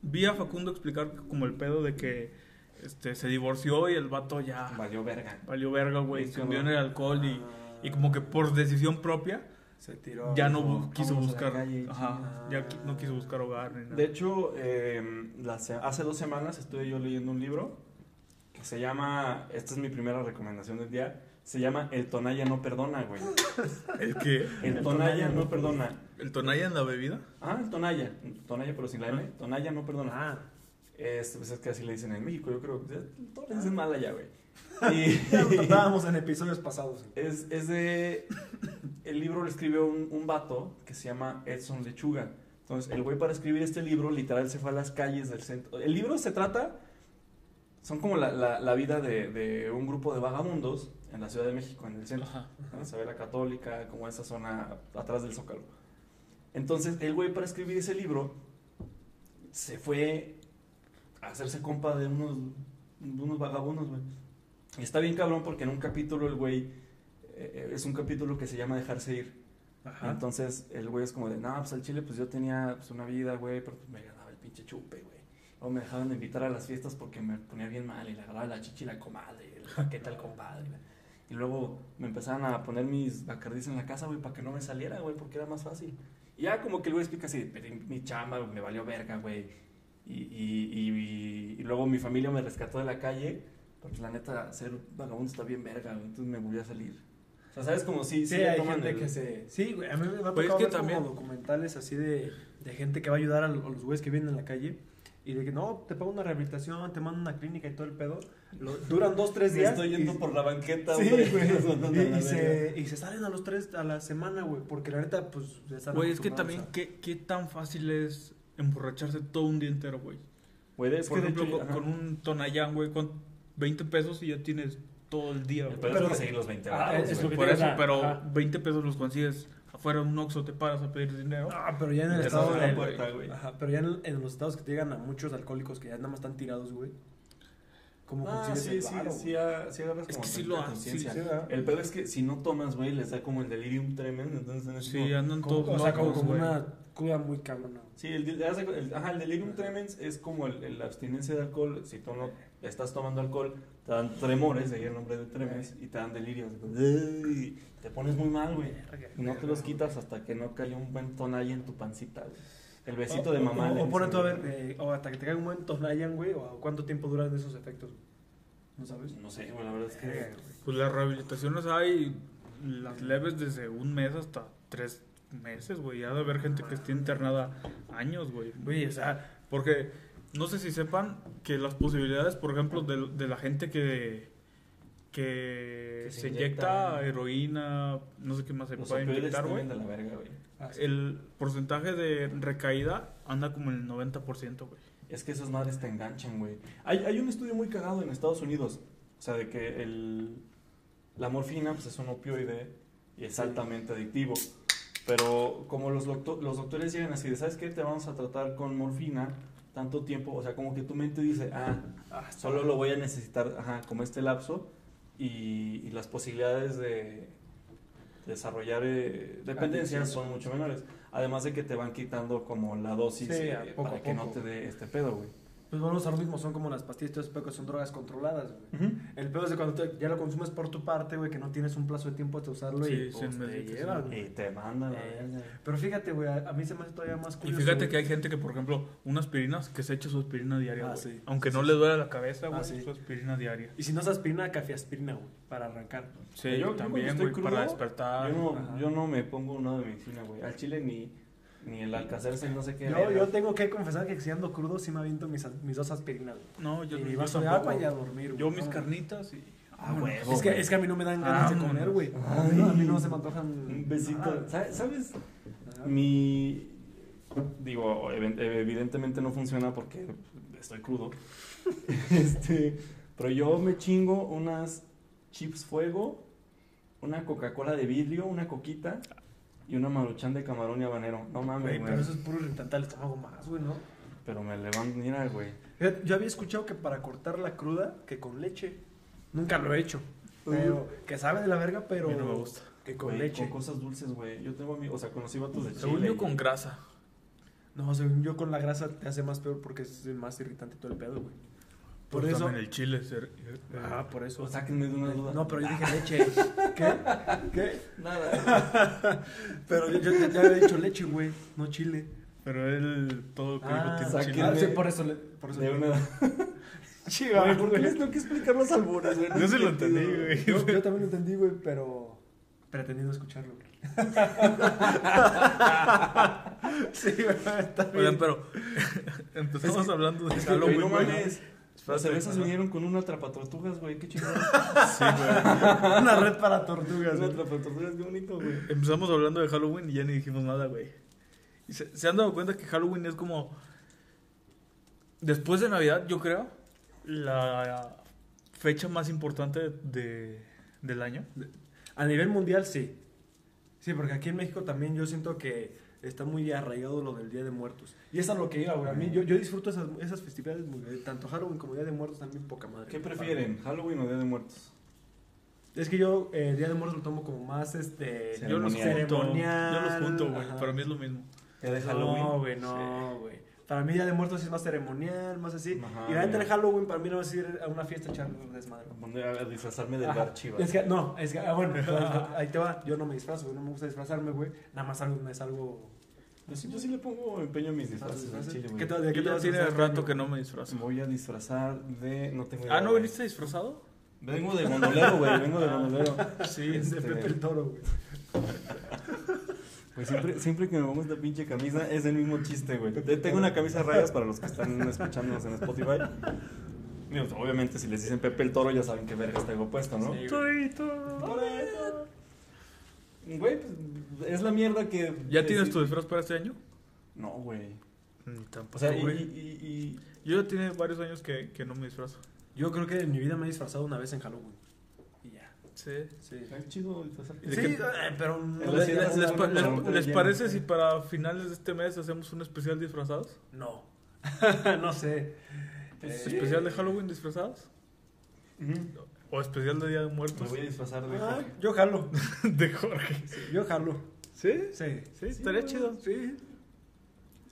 [SPEAKER 3] Vi a Facundo explicar como el pedo de que este, se divorció y el vato ya
[SPEAKER 2] Ah, Valió verga.
[SPEAKER 3] valió verga, güey.
[SPEAKER 2] Sí,
[SPEAKER 3] Se hundió en el
[SPEAKER 2] cabrón.
[SPEAKER 3] alcohol y, y como que por decisión propia
[SPEAKER 1] Se tiró.
[SPEAKER 3] ya no
[SPEAKER 2] no,
[SPEAKER 3] bu- quiso
[SPEAKER 2] vámonos a la
[SPEAKER 3] buscar...
[SPEAKER 2] calle,
[SPEAKER 3] Ajá,
[SPEAKER 1] chinga.
[SPEAKER 3] ya qui- no quiso buscar hogar ni nada.
[SPEAKER 2] De hecho, eh, la se- hace dos semanas estuve yo leyendo un libro que se llama, esta es mi primera recomendación del día, se llama El Tonaya no perdona, güey.
[SPEAKER 3] ¿El qué?
[SPEAKER 2] El Tonaya no perdona.
[SPEAKER 3] ¿El tonalla en la bebida?
[SPEAKER 2] Ah, el Tonaya. Tonaya pero sin la M. Tonaya no perdona.
[SPEAKER 1] Ah,
[SPEAKER 2] Es, pues es que así le dicen en México, yo creo. Todos le dicen mal allá, güey. Y-
[SPEAKER 1] ya lo tratábamos en episodios pasados.
[SPEAKER 2] Es, es de. El libro lo escribió un, un vato que se llama Edson Lechuga. Entonces, el güey para escribir este libro, literal, se fue a las calles del centro. El libro se trata son como la, la- la vida de, de un grupo de vagabundos en la Ciudad de México, en el centro.
[SPEAKER 3] Ajá.
[SPEAKER 2] ¿no? Isabel la Católica, como esa zona atrás del Zócalo. Entonces, el güey para escribir ese libro se fue a hacerse compa de unos, de unos vagabundos, güey. Y está bien cabrón porque en un capítulo el güey eh, es un capítulo que se llama Dejarse ir.
[SPEAKER 1] Ajá.
[SPEAKER 2] Entonces el güey es como de, no, pues al chile pues yo tenía pues, una vida, güey, pero pues, me ganaba el pinche chupe, güey. O me dejaban de invitar a las fiestas porque me ponía bien mal y le agarraba la chichi y la comadre, el paquete al compadre, güey. Y luego me empezaban a poner mis bacardís en la casa, güey, para que no me saliera, güey, porque era más fácil. Y ya como que el güey explica así, "Perdí mi chamba me valió verga, güey. Y, y- y- y- y luego mi familia me rescató de la calle, pero pues la neta, ser vagabundo está bien verga, güey, entonces me volví a salir. O sea, ¿sabes? Como si...
[SPEAKER 1] Sí, hay gente que se. Sí, güey, a mí me va a
[SPEAKER 3] Pues es que
[SPEAKER 1] tocar
[SPEAKER 3] también-
[SPEAKER 1] como documentales así de, de gente que va a ayudar a, lo- a los güeyes que vienen en la calle y de que no, te pago una rehabilitación, te mando una clínica y todo el pedo. Lo- duran dos, tres
[SPEAKER 2] Me
[SPEAKER 1] días.
[SPEAKER 2] estoy
[SPEAKER 1] y-
[SPEAKER 2] yendo por la banqueta,
[SPEAKER 1] Sí,
[SPEAKER 2] güey.
[SPEAKER 1] güey.
[SPEAKER 2] Sonando
[SPEAKER 1] Y-
[SPEAKER 2] la
[SPEAKER 1] Y,
[SPEAKER 2] verga.
[SPEAKER 1] se, y se salen a los tres a la semana, güey, porque la neta, pues, ya están
[SPEAKER 3] Güey, es que
[SPEAKER 1] acostumbrados
[SPEAKER 3] también, ¿qué, qué tan fácil es emborracharse todo un día entero, güey?
[SPEAKER 2] Güey, es
[SPEAKER 3] Por
[SPEAKER 2] que de
[SPEAKER 3] ejemplo,
[SPEAKER 2] hecho,
[SPEAKER 3] con,
[SPEAKER 2] ajá.
[SPEAKER 3] con un tonayán, güey, con 20 pesos y ya tienes todo el día,
[SPEAKER 2] El
[SPEAKER 3] güey.
[SPEAKER 2] pedo es
[SPEAKER 1] Pero-
[SPEAKER 2] conseguir los 20
[SPEAKER 1] Ah,
[SPEAKER 2] baros,
[SPEAKER 1] es lo
[SPEAKER 2] güey.
[SPEAKER 1] que
[SPEAKER 3] Por
[SPEAKER 1] te-
[SPEAKER 3] eso,
[SPEAKER 1] ajá,
[SPEAKER 3] pero
[SPEAKER 1] ajá.
[SPEAKER 3] 20 pesos los consigues afuera de un Oxxo, te paras a pedir dinero.
[SPEAKER 1] Ah, pero ya en el
[SPEAKER 2] Ya
[SPEAKER 1] estado.
[SPEAKER 2] estás en la
[SPEAKER 1] de-
[SPEAKER 2] puerta, güey.
[SPEAKER 1] Ajá, pero ya en, en los estados que te llegan a muchos alcohólicos que ya nada más están tirados, güey. ¿Cómo
[SPEAKER 2] Ah,
[SPEAKER 1] consigues
[SPEAKER 2] sí,
[SPEAKER 1] el
[SPEAKER 2] sí,
[SPEAKER 1] varo,
[SPEAKER 2] sí, ah, sí agarras
[SPEAKER 3] Es
[SPEAKER 2] como
[SPEAKER 3] que sí
[SPEAKER 2] tantita
[SPEAKER 3] lo ha-
[SPEAKER 2] conciencia.
[SPEAKER 1] sí, sí, ¿verdad?
[SPEAKER 2] El pedo es que si no tomas, güey, les da como el delirium tremendo, entonces es como-
[SPEAKER 3] Sí, andan
[SPEAKER 1] Como-
[SPEAKER 3] todos
[SPEAKER 1] o sea, como,
[SPEAKER 3] locos,
[SPEAKER 1] como
[SPEAKER 3] güey.
[SPEAKER 1] una cruda muy cabrona. güey.
[SPEAKER 2] Sí, el, el- el- ajá, el delirium tremens es como el, el- la abstinencia de alcohol. Si tú no estás tomando alcohol, te dan tremores, de ahí el nombre de tremens, y te dan delirios. Y Te pones muy mal, güey. Y no te los quitas hasta que no caiga un buen tonalla en tu pancita, güey. El besito de
[SPEAKER 1] O-
[SPEAKER 2] mamá.
[SPEAKER 1] O,
[SPEAKER 2] le
[SPEAKER 1] o,
[SPEAKER 2] dicen,
[SPEAKER 1] pone tú a ver,
[SPEAKER 2] güey.
[SPEAKER 1] eh, o hasta que te caiga un buen Tonayan, güey, o cuánto tiempo duran esos efectos. güey? ¿No sabes?
[SPEAKER 2] No sé, güey, la verdad es que.
[SPEAKER 1] Verga, güey.
[SPEAKER 3] Pues las rehabilitaciones hay las leves desde un mes hasta tres meses, güey. Ya de haber gente que esté internada años, güey.
[SPEAKER 1] Güey, o sea,
[SPEAKER 3] Porque no sé si sepan que las posibilidades, por ejemplo, de, de la gente que, que,
[SPEAKER 2] Que se
[SPEAKER 3] se, inyecta,
[SPEAKER 2] inyecta-
[SPEAKER 3] heroína, no sé qué más se
[SPEAKER 2] Los
[SPEAKER 3] puede
[SPEAKER 2] opioides
[SPEAKER 3] inyectar,
[SPEAKER 2] están
[SPEAKER 3] güey.
[SPEAKER 2] bien de la verga, güey.
[SPEAKER 1] Ah,
[SPEAKER 3] El porcentaje de recaída anda como en el 90%, güey.
[SPEAKER 2] Es que esas madres te enganchan, güey. Hay, hay un estudio muy cagado en Estados Unidos. O sea, de que el, la morfina pues, es un opioide y es altamente adictivo. Pero como los, docto- los doctores llegan así de, ¿sabes qué? Te vamos a tratar con morfina tanto tiempo. O sea, como que tu mente dice, ah,
[SPEAKER 1] ah,
[SPEAKER 2] solo lo voy a necesitar, ajá, como este lapso. Y, y las posibilidades de desarrollar eh, dependencias
[SPEAKER 1] Adicciones.
[SPEAKER 2] son mucho menores. Además de que te van quitando como la dosis
[SPEAKER 1] Sí,
[SPEAKER 2] eh,
[SPEAKER 1] a poco
[SPEAKER 2] para
[SPEAKER 1] a
[SPEAKER 2] que no
[SPEAKER 1] poco.
[SPEAKER 2] te dé este pedo, güey.
[SPEAKER 1] Pues vamos a lo mismo, son como las pastillas, todo ese pedo que son drogas controladas, güey. El pedo es de cuando te- ya lo consumes por tu parte, güey, que no tienes un plazo de tiempo hasta usarlo
[SPEAKER 3] Sí,
[SPEAKER 1] y
[SPEAKER 3] sí,
[SPEAKER 1] pues,
[SPEAKER 3] me
[SPEAKER 1] te
[SPEAKER 3] dices,
[SPEAKER 1] lleva,
[SPEAKER 3] ¿no?
[SPEAKER 1] güey.
[SPEAKER 2] Y te mandan la
[SPEAKER 1] Eh,
[SPEAKER 2] verga.
[SPEAKER 1] Pero fíjate, güey, a, a mí se me hace todavía más
[SPEAKER 3] Y
[SPEAKER 1] curioso.
[SPEAKER 3] fíjate
[SPEAKER 1] güey.
[SPEAKER 3] que hay gente que, por ejemplo, una aspirina, que se echa su aspirina diaria,
[SPEAKER 1] Ah,
[SPEAKER 3] güey.
[SPEAKER 1] sí.
[SPEAKER 3] Aunque
[SPEAKER 1] Sí,
[SPEAKER 3] no
[SPEAKER 1] sí,
[SPEAKER 3] le
[SPEAKER 1] sí.
[SPEAKER 3] duela la cabeza,
[SPEAKER 1] Ah,
[SPEAKER 3] güey,
[SPEAKER 1] sí.
[SPEAKER 3] su aspirina diaria.
[SPEAKER 1] Y si no es aspirina, cafiaspirina, güey, para arrancar.
[SPEAKER 3] Sí,
[SPEAKER 2] Yo- yo
[SPEAKER 3] también,
[SPEAKER 2] cuando
[SPEAKER 3] güey,
[SPEAKER 2] estoy
[SPEAKER 3] para
[SPEAKER 2] crudo,
[SPEAKER 3] despertar.
[SPEAKER 2] yo, no,
[SPEAKER 1] ajá.
[SPEAKER 2] yo no me pongo una de medicina, güey. Al chile ni, ni el alcacerse, no sé qué.
[SPEAKER 1] Yo,
[SPEAKER 2] verga.
[SPEAKER 1] yo tengo que confesar que si ando crudo, sí me aviento mis, as- mis dos aspirinas, güey.
[SPEAKER 3] No, yo
[SPEAKER 1] Y
[SPEAKER 3] no.
[SPEAKER 1] mi
[SPEAKER 3] yo
[SPEAKER 1] vaso de
[SPEAKER 3] tampoco.
[SPEAKER 1] agua y a dormir, güey.
[SPEAKER 3] Yo mis
[SPEAKER 1] No,
[SPEAKER 3] carnitas y.
[SPEAKER 2] Ah, huevo.
[SPEAKER 1] Es que, es que a mí no me
[SPEAKER 3] Ah,
[SPEAKER 1] dan ganas de comer, güey. A mí no- a mí no se me antojan.
[SPEAKER 2] Un besito.
[SPEAKER 1] nada.
[SPEAKER 2] ¿Sabes? ¿Sabes?
[SPEAKER 1] Ajá.
[SPEAKER 2] Mi. Digo, even- evidentemente no funciona porque estoy crudo. este. Pero yo me chingo unas chips fuego, una Coca-Cola de vidrio, una coquita y una maruchan de camarón y habanero. No mames,
[SPEAKER 1] Güey,
[SPEAKER 2] güey.
[SPEAKER 1] pero eso es puro irritante al estómago más, güey, ¿no?
[SPEAKER 2] Pero me levanto, mira, güey.
[SPEAKER 1] Fíjate, Yo había escuchado que para cortar la cruda, que con leche. Nunca lo he hecho. Pero, que sabe de la verga, pero.
[SPEAKER 3] A mí no me gusta.
[SPEAKER 1] Que con
[SPEAKER 2] Güey,
[SPEAKER 1] leche.
[SPEAKER 2] Con cosas dulces, güey. Yo tengo amigos, o sea, conocí vatos de Chile.
[SPEAKER 3] Según yo
[SPEAKER 2] y-
[SPEAKER 3] con grasa.
[SPEAKER 1] No, según yo con la grasa te hace más peor porque es más irritante todo el pedo, güey. Por
[SPEAKER 3] Pues
[SPEAKER 1] eso.
[SPEAKER 3] también el chile. ser-
[SPEAKER 1] Ah, por eso.
[SPEAKER 2] O sáquenme de una duda.
[SPEAKER 1] No, pero yo dije leche. ¿Qué? ¿Qué?
[SPEAKER 2] Nada.
[SPEAKER 1] Pero yo, yo ya había dicho leche, güey, no chile.
[SPEAKER 3] Pero él todo lo que dijo
[SPEAKER 1] Ah,
[SPEAKER 3] tiene
[SPEAKER 2] sáquenme.
[SPEAKER 3] chile.
[SPEAKER 1] ah, sí, por eso. le- Por eso
[SPEAKER 2] De
[SPEAKER 1] le-
[SPEAKER 2] una
[SPEAKER 1] Chiva,
[SPEAKER 2] Güey, ¿por qué
[SPEAKER 1] güey.
[SPEAKER 2] les tengo que explicar los albures, güey?
[SPEAKER 3] Yo sí
[SPEAKER 2] Qué
[SPEAKER 3] lo
[SPEAKER 2] chido.
[SPEAKER 3] entendí, güey.
[SPEAKER 1] Yo, yo también lo entendí, güey, pero pretendí no escucharlo. güey. sí, güey, está bien.
[SPEAKER 3] Oigan, pero empezamos
[SPEAKER 2] Es que-
[SPEAKER 3] hablando de
[SPEAKER 2] Es que, güey,
[SPEAKER 3] Halloween,
[SPEAKER 2] no
[SPEAKER 3] güey. ¿no?
[SPEAKER 2] mames. Las cervezas
[SPEAKER 3] Ajá.
[SPEAKER 2] vinieron con una atrapatortugas, güey. Qué chingón.
[SPEAKER 3] Sí, güey.
[SPEAKER 1] Una red para tortugas,
[SPEAKER 2] una
[SPEAKER 1] güey.
[SPEAKER 2] atrapatortugas, qué bonito, güey.
[SPEAKER 3] Empezamos hablando de Halloween y ya ni dijimos nada, güey. Y ¿Se, se han dado cuenta que Halloween es como... Después de Navidad, yo creo, la fecha más importante de, del año?
[SPEAKER 1] A nivel mundial, sí. Sí, porque aquí en México también yo siento que está muy arraigado lo del Día de Muertos. Y es a lo que iba, güey. A mí, yo, yo disfruto esas, esas festividades, muy- eh, tanto Halloween como Día de Muertos, también poca madre.
[SPEAKER 2] ¿Qué prefieren? ¿Halloween o Día de Muertos?
[SPEAKER 1] Es que yo eh, Día de Muertos lo tomo como más, este...
[SPEAKER 2] Sí,
[SPEAKER 3] Yo los
[SPEAKER 2] Ceremonial.
[SPEAKER 3] junto. Yo los junto, güey.
[SPEAKER 1] Ajá.
[SPEAKER 3] Para mí es lo mismo.
[SPEAKER 2] ¿Día de
[SPEAKER 1] No,
[SPEAKER 2] Halloween?
[SPEAKER 1] güey, no, güey. Para mí Día de Muertos sí es más ceremonial, más así.
[SPEAKER 2] Ajá,
[SPEAKER 1] y la neta
[SPEAKER 2] güey.
[SPEAKER 1] el Halloween para mí no es ir a una fiesta echar desmadre.
[SPEAKER 2] A poner- A disfrazarme del
[SPEAKER 1] Ajá.
[SPEAKER 2] bar Chivas.
[SPEAKER 1] Es que, no, es que, ah, bueno, pero ahí te va. Yo no me disfrazo, güey, no me gusta disfrazarme, güey. Nada más algo, me salgo.
[SPEAKER 2] Yo pues sí, yo sí le pongo empeño a mis disfraces. al chile, güey.
[SPEAKER 1] Ah, ¿Qué tal?
[SPEAKER 3] Yo
[SPEAKER 1] ¿De qué te
[SPEAKER 3] ya
[SPEAKER 1] vas a
[SPEAKER 3] tiene
[SPEAKER 1] disfrazar,
[SPEAKER 3] rato
[SPEAKER 1] güey? Mm.
[SPEAKER 3] que no me disfrazo.
[SPEAKER 2] Me voy a disfrazar de. No tengo idea.
[SPEAKER 3] Ah, ¿no
[SPEAKER 2] güey.
[SPEAKER 3] viniste disfrazado?
[SPEAKER 2] Vengo de gondolero, güey. Vengo de gondolero.
[SPEAKER 3] Sí.
[SPEAKER 1] Es de
[SPEAKER 2] Este-
[SPEAKER 1] Pepe el Toro, güey.
[SPEAKER 2] Pues siempre, siempre que me pongo esta pinche camisa es el mismo chiste, güey. Te- Tengo una camisa a rayas para los que están escuchándonos en Spotify. Digo, obviamente, si les dicen Pepe el Toro, ya saben qué vergas tengo puesto, ¿no?
[SPEAKER 1] Sí, güey.
[SPEAKER 2] Toro. Güey, pues es la mierda que.
[SPEAKER 3] ¿Ya tienes
[SPEAKER 2] que-
[SPEAKER 3] tu disfraz para este año?
[SPEAKER 2] No, güey.
[SPEAKER 1] Mm,
[SPEAKER 3] Ni
[SPEAKER 2] O
[SPEAKER 3] tampoco,
[SPEAKER 2] sea, y,
[SPEAKER 3] güey.
[SPEAKER 2] y- y-
[SPEAKER 3] Yo ya tiene varios años que, que no me disfrazo.
[SPEAKER 1] Yo creo que en mi vida me he disfrazado una vez en Halloween. Y ya.
[SPEAKER 3] Sí.
[SPEAKER 1] Sí.
[SPEAKER 2] y- Es chido disfrazarte.
[SPEAKER 3] ¿Y de
[SPEAKER 1] Sí,
[SPEAKER 3] qué-
[SPEAKER 1] eh, pero.
[SPEAKER 2] ¿Les-
[SPEAKER 1] No,
[SPEAKER 3] ¿Les,
[SPEAKER 2] les-
[SPEAKER 3] les- les pa- les-
[SPEAKER 2] Pero-
[SPEAKER 3] les
[SPEAKER 2] pero-
[SPEAKER 3] parece si para finales de este mes hacemos un especial disfrazados?
[SPEAKER 1] no. No sé.
[SPEAKER 2] Pues
[SPEAKER 1] Eh,
[SPEAKER 2] sí.
[SPEAKER 3] ¿Especial de Halloween disfrazados?
[SPEAKER 2] Ujú.
[SPEAKER 3] ¿O especial de Día de
[SPEAKER 2] Me
[SPEAKER 3] Muertos?
[SPEAKER 2] voy a disfrazar de.
[SPEAKER 1] ah,
[SPEAKER 2] Jorge.
[SPEAKER 1] yo jalo.
[SPEAKER 3] de Jorge.
[SPEAKER 1] Yo jalo.
[SPEAKER 3] ¿Sí?
[SPEAKER 1] Sí.
[SPEAKER 3] Sí, estaría chido.
[SPEAKER 1] Sí.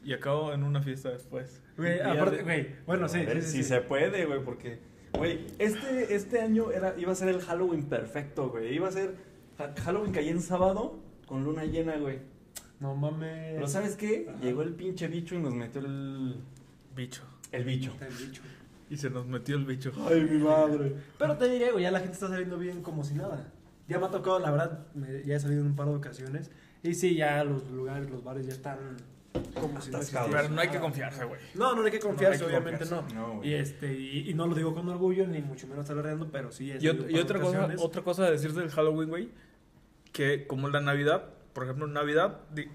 [SPEAKER 3] Y acabo en una fiesta después.
[SPEAKER 1] Güey,
[SPEAKER 2] Y
[SPEAKER 1] aparte,
[SPEAKER 2] al-
[SPEAKER 1] güey. Bueno, sí.
[SPEAKER 2] A ver
[SPEAKER 1] sí,
[SPEAKER 2] si
[SPEAKER 1] sí.
[SPEAKER 2] se puede, güey, porque, güey, este, este año era, iba a ser el Halloween perfecto, güey. Iba a ser ha- Halloween caía en sábado con luna llena, güey.
[SPEAKER 1] No mames.
[SPEAKER 2] Pero ¿sabes qué?
[SPEAKER 1] Eh, Ajá.
[SPEAKER 2] Llegó el pinche bicho y nos metió el,
[SPEAKER 3] Bicho.
[SPEAKER 2] el bicho.
[SPEAKER 1] Está el bicho.
[SPEAKER 3] Y se nos metió el bicho.
[SPEAKER 2] Ay, mi madre.
[SPEAKER 1] Pero te diré, güey, ya la gente está saliendo bien como si nada. Ya me ha tocado, la verdad, me- ya he salido en un par de ocasiones. Y sí, ya los lugares, los bares ya están como si no
[SPEAKER 2] Atascados.
[SPEAKER 1] existiera.
[SPEAKER 3] Pero no hay que confiarse, güey.
[SPEAKER 1] No, no hay que confiarse,
[SPEAKER 2] No hay que
[SPEAKER 1] obviamente
[SPEAKER 2] confiarse.
[SPEAKER 1] no.
[SPEAKER 2] No, güey.
[SPEAKER 1] y, este, y, y no lo digo con orgullo, ni mucho menos estar arreando, pero sí. he
[SPEAKER 3] Y,
[SPEAKER 1] salido en
[SPEAKER 3] ot-
[SPEAKER 1] un
[SPEAKER 3] y
[SPEAKER 1] par de
[SPEAKER 3] otra cosa,
[SPEAKER 1] ocasiones.
[SPEAKER 3] otra cosa a decir del Halloween, güey, que como la Navidad, por ejemplo, Navidad, di-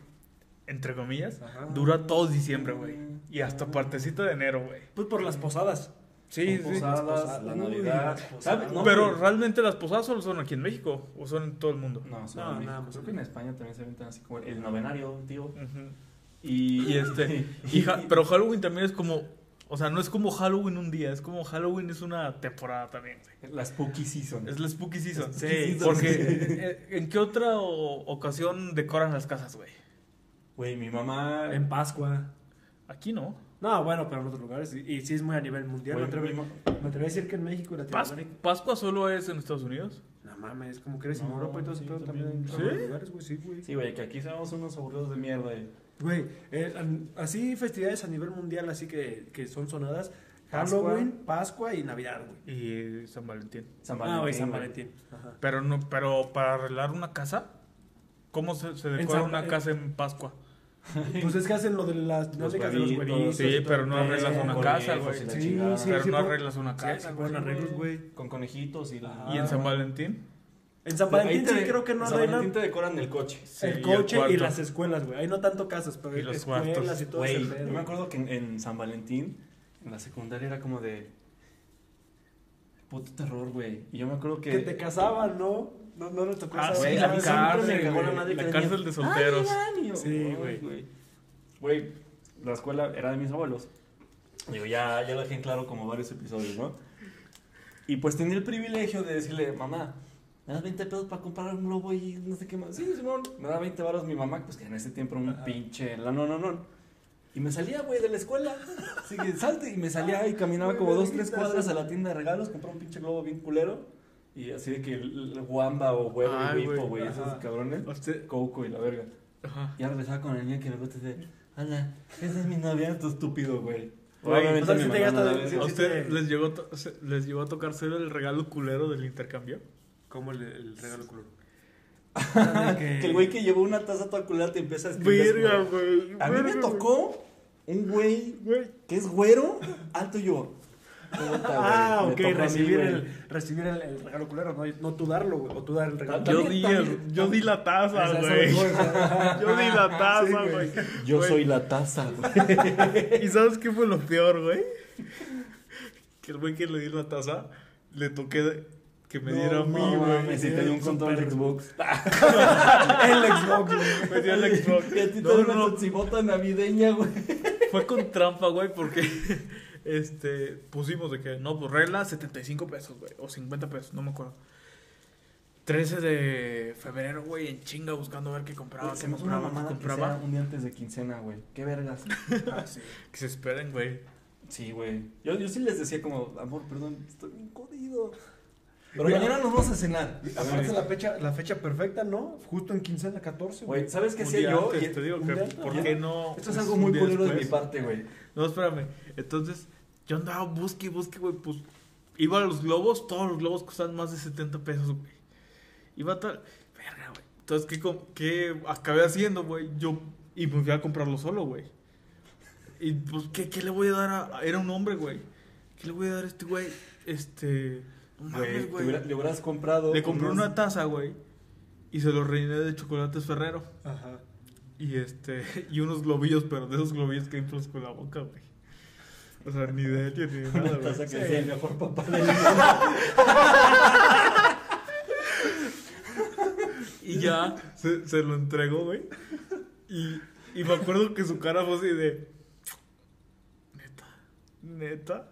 [SPEAKER 3] entre comillas,
[SPEAKER 1] Ajá.
[SPEAKER 3] dura todo diciembre, güey. Y hasta partecita de enero, güey.
[SPEAKER 1] Pues por las posadas.
[SPEAKER 3] Sí,
[SPEAKER 2] Con
[SPEAKER 3] sí.
[SPEAKER 2] posadas,
[SPEAKER 1] posadas.
[SPEAKER 2] la
[SPEAKER 1] Uy,
[SPEAKER 2] Navidad.
[SPEAKER 1] las posadas.
[SPEAKER 2] ¿Sabes? No,
[SPEAKER 3] Pero
[SPEAKER 2] güey.
[SPEAKER 3] realmente las posadas solo son aquí en México o son en todo el mundo.
[SPEAKER 2] No, solo
[SPEAKER 1] No,
[SPEAKER 2] en México.
[SPEAKER 1] nada pues más.
[SPEAKER 2] Creo que en España también se aventan así como el novenario, tío.
[SPEAKER 3] Ujú.
[SPEAKER 2] Y,
[SPEAKER 3] Y este, y ja- pero Halloween también es como, o sea, no es como Halloween un día, es como Halloween es una temporada también, güey.
[SPEAKER 2] La spooky season.
[SPEAKER 3] Es la spooky season.
[SPEAKER 2] Spooky season.
[SPEAKER 3] Porque eh, ¿en qué otra o- ocasión decoran las casas, güey?
[SPEAKER 2] Güey, mi mamá...
[SPEAKER 1] En Pascua.
[SPEAKER 3] Aquí no.
[SPEAKER 1] No, bueno, pero en otros lugares. Y, y sí es muy a nivel mundial.
[SPEAKER 2] Güey,
[SPEAKER 1] me, atrevo,
[SPEAKER 2] mi
[SPEAKER 1] me atrevo a decir que en México y
[SPEAKER 3] Pas-
[SPEAKER 1] Latinoamérica.
[SPEAKER 3] Pascua solo es en Estados Unidos.
[SPEAKER 1] No mames, como crees en
[SPEAKER 2] No,
[SPEAKER 1] Europa y todo ese
[SPEAKER 2] sí,
[SPEAKER 1] pedo también.
[SPEAKER 2] también.
[SPEAKER 1] en
[SPEAKER 3] ¿Sí?
[SPEAKER 1] otros lugares, güey, sí, güey.
[SPEAKER 2] Sí, güey, que aquí somos unos aburridos de mierda. y-
[SPEAKER 1] Güey, eh, an- así festividades a nivel mundial, así que, que son sonadas. Halloween, Pascua y Navidad, güey.
[SPEAKER 3] Y San Valentín.
[SPEAKER 2] San
[SPEAKER 1] Ah, güey, San
[SPEAKER 2] güey.
[SPEAKER 1] Valentín. Ajá.
[SPEAKER 3] Pero no, pero para arreglar una casa, ¿cómo se, se
[SPEAKER 1] En
[SPEAKER 3] decora
[SPEAKER 1] San-
[SPEAKER 3] una
[SPEAKER 1] en-
[SPEAKER 3] casa en Pascua?
[SPEAKER 1] Pues es que hacen lo de las dinámicas de los
[SPEAKER 2] huevitos,
[SPEAKER 1] huevitos.
[SPEAKER 2] sí,
[SPEAKER 1] y todo.
[SPEAKER 3] pero no arreglas
[SPEAKER 1] Sí,
[SPEAKER 3] una
[SPEAKER 1] con
[SPEAKER 3] casa,
[SPEAKER 1] huevos
[SPEAKER 2] güey.
[SPEAKER 1] y la
[SPEAKER 2] Sí,
[SPEAKER 1] chingada.
[SPEAKER 2] sí,
[SPEAKER 3] pero
[SPEAKER 1] sí,
[SPEAKER 3] no
[SPEAKER 1] por-
[SPEAKER 3] arreglas una
[SPEAKER 1] sí,
[SPEAKER 3] casa.
[SPEAKER 1] se
[SPEAKER 3] güey.
[SPEAKER 1] ponen arreglos, güey.
[SPEAKER 2] Con conejitos y la...
[SPEAKER 1] Ah.
[SPEAKER 3] Y en San Valentín,
[SPEAKER 1] En San Valentín sí
[SPEAKER 2] Ahí te-
[SPEAKER 1] creo que no
[SPEAKER 2] en San Valentín
[SPEAKER 1] arreglan
[SPEAKER 2] te decoran el coche.
[SPEAKER 3] Sí, y
[SPEAKER 1] el
[SPEAKER 3] el
[SPEAKER 1] coche y,
[SPEAKER 3] cuarto.
[SPEAKER 1] las escuelas, güey. Ahí no tanto casas, pero
[SPEAKER 3] Y los
[SPEAKER 1] escuelas
[SPEAKER 3] cuartos.
[SPEAKER 1] y todo
[SPEAKER 2] Güey,
[SPEAKER 1] ese pedo.
[SPEAKER 2] yo me acuerdo que en, en San Valentín, en la secundaria era como de... Puto terror, güey. Y yo me acuerdo que...
[SPEAKER 1] Que te casaban, ¿no? No, no les tocó
[SPEAKER 3] Ah,
[SPEAKER 1] esa-
[SPEAKER 3] sí,
[SPEAKER 2] güey,
[SPEAKER 1] esa-
[SPEAKER 3] la
[SPEAKER 2] a mí
[SPEAKER 1] siempre
[SPEAKER 3] cárcel,
[SPEAKER 1] me cagó la
[SPEAKER 3] güey.
[SPEAKER 1] madre
[SPEAKER 3] La
[SPEAKER 1] que
[SPEAKER 3] cárcel
[SPEAKER 1] decían,
[SPEAKER 3] de solteros.
[SPEAKER 2] Ay, ay,
[SPEAKER 1] Sí,
[SPEAKER 2] ay,
[SPEAKER 1] güey.
[SPEAKER 2] Güey, la escuela era de mis abuelos. Digo, ya, ya lo dejé en claro como varios episodios, ¿no? Y pues tenía el privilegio de decirle, mamá, me das 20 pesos para comprar un globo y no sé qué más. Sí, Simón, me da 20 baros mi mamá, pues que en ese tiempo era un
[SPEAKER 1] Ajá.
[SPEAKER 2] pinche la no, no, no. Y me salía, güey, de la escuela. Así que salte. Y me salía y caminaba como dos, tres cuadras a la tienda de regalos, compraba un pinche globo bien culero. Y así de que el, el guamba o huevo
[SPEAKER 3] Ay,
[SPEAKER 2] y
[SPEAKER 3] güey,
[SPEAKER 2] wipo, güey, esos
[SPEAKER 1] ajá.
[SPEAKER 2] cabrones.
[SPEAKER 3] usted-
[SPEAKER 2] Coco y la verga.
[SPEAKER 3] ajá.
[SPEAKER 2] Ya regresaba con el niño que le gusta y dice, hola, esa es mi novia, tu estúpido, güey.
[SPEAKER 3] pues,
[SPEAKER 1] Güey,
[SPEAKER 2] Obviamente
[SPEAKER 1] o sea,
[SPEAKER 2] mi
[SPEAKER 1] sí te
[SPEAKER 2] mamá
[SPEAKER 1] gasta
[SPEAKER 2] no la
[SPEAKER 1] de-
[SPEAKER 2] ve,
[SPEAKER 1] sí,
[SPEAKER 3] ¿A
[SPEAKER 2] sí,
[SPEAKER 1] sí.
[SPEAKER 3] usted les llegó, a to- se- les llegó a tocar ser el regalo culero del intercambio?
[SPEAKER 1] Como el, el regalo culo.
[SPEAKER 2] Que el güey que llevó una taza toda culera te empieza a escribir.
[SPEAKER 3] Verga,
[SPEAKER 2] güey.
[SPEAKER 3] güey.
[SPEAKER 2] A mí me
[SPEAKER 3] verga,
[SPEAKER 2] tocó un güey
[SPEAKER 3] güey.
[SPEAKER 2] que es güero, alto y yo. Puta,
[SPEAKER 1] Ah,
[SPEAKER 2] güey,
[SPEAKER 1] ok,
[SPEAKER 2] me tocó a mí,
[SPEAKER 1] recibir,
[SPEAKER 2] güey.
[SPEAKER 1] el, recibir el, el regalo culero, no, no tú darlo, güey, o tú dar el regalo.
[SPEAKER 3] Yo
[SPEAKER 2] También,
[SPEAKER 3] di,
[SPEAKER 2] también.
[SPEAKER 3] el- yo di la taza,
[SPEAKER 1] Esa-
[SPEAKER 3] güey.
[SPEAKER 1] esa mejor, esa-
[SPEAKER 3] Yo di la
[SPEAKER 1] Sí,
[SPEAKER 3] taza,
[SPEAKER 1] güey.
[SPEAKER 3] güey.
[SPEAKER 2] Yo
[SPEAKER 3] Güey,
[SPEAKER 2] soy la taza, güey.
[SPEAKER 3] ¿Y sabes qué fue lo peor, güey? que el güey que le di la taza, le toqué de- que me
[SPEAKER 1] No
[SPEAKER 3] diera a mí,
[SPEAKER 1] mames.
[SPEAKER 3] güey.
[SPEAKER 2] Y si te dio un control de
[SPEAKER 1] Super-
[SPEAKER 2] Xbox.
[SPEAKER 1] El Xbox, güey.
[SPEAKER 3] Me dio el Xbox.
[SPEAKER 2] Y a ti te
[SPEAKER 3] No,
[SPEAKER 2] dio
[SPEAKER 3] no,
[SPEAKER 2] una totsibota navideña, güey.
[SPEAKER 3] Fue con trampa, güey, porque este pusimos de que no, pues regla 75 pesos, güey, o 50 pesos, no me acuerdo. 13 de febrero, güey, en chinga buscando a ver qué compraba,
[SPEAKER 2] Se
[SPEAKER 3] qué
[SPEAKER 2] me hizo una
[SPEAKER 3] compraba, qué
[SPEAKER 2] mamada que
[SPEAKER 3] compraba.
[SPEAKER 2] sea un día antes de quincena, güey. Qué vergas.
[SPEAKER 1] Ah, sí.
[SPEAKER 3] Que se esperen, güey.
[SPEAKER 2] Sí, güey. Yo, yo sí les decía como, amor, perdón, estoy bien jodido. Pero
[SPEAKER 1] Mira.
[SPEAKER 2] mañana nos vamos a cenar.
[SPEAKER 1] Aparte la fecha, la fecha perfecta, ¿no? Justo en quincena 14,
[SPEAKER 2] Güey, ¿sabes qué
[SPEAKER 3] Un
[SPEAKER 2] hacía
[SPEAKER 3] día
[SPEAKER 2] yo?
[SPEAKER 3] antes,
[SPEAKER 2] Y-
[SPEAKER 3] te digo
[SPEAKER 1] un
[SPEAKER 3] que,
[SPEAKER 1] día
[SPEAKER 3] ¿por
[SPEAKER 1] antes.
[SPEAKER 3] qué no?
[SPEAKER 2] Esto es
[SPEAKER 3] un
[SPEAKER 2] algo muy
[SPEAKER 3] día
[SPEAKER 2] culero de mi
[SPEAKER 3] después?
[SPEAKER 2] parte, güey.
[SPEAKER 3] No, espérame. Entonces, yo andaba busque y busque, güey. Pues iba a los globos, todos los globos costaban más de 70 pesos, güey. Iba a tal. Verga, güey. Entonces, ¿qué, com- qué acabé haciendo, güey? Yo. Y me fui a comprarlo solo, güey. Y pues, ¿qué, qué le voy a dar a- a.? Era un hombre, güey. ¿Qué le voy a dar a este güey? Este. No
[SPEAKER 2] Güey,
[SPEAKER 3] mames,
[SPEAKER 2] te
[SPEAKER 3] güey.
[SPEAKER 2] hubiera- le hubieras comprado.
[SPEAKER 3] Le compré
[SPEAKER 2] unos-
[SPEAKER 3] una taza, güey. Y se lo rellené de chocolates Ferrero.
[SPEAKER 1] Ajá.
[SPEAKER 3] Y este, y unos globillos, pero de esos globillos que inflas con la boca, güey. O sea, ni de helio ni de nada,
[SPEAKER 2] Una
[SPEAKER 3] güey.
[SPEAKER 2] taza que
[SPEAKER 1] Sí.
[SPEAKER 2] sea el mejor papá del mundo.
[SPEAKER 3] Y ya se, se lo entregó, güey. Y, y me acuerdo que su cara fue así de. Neta. Neta.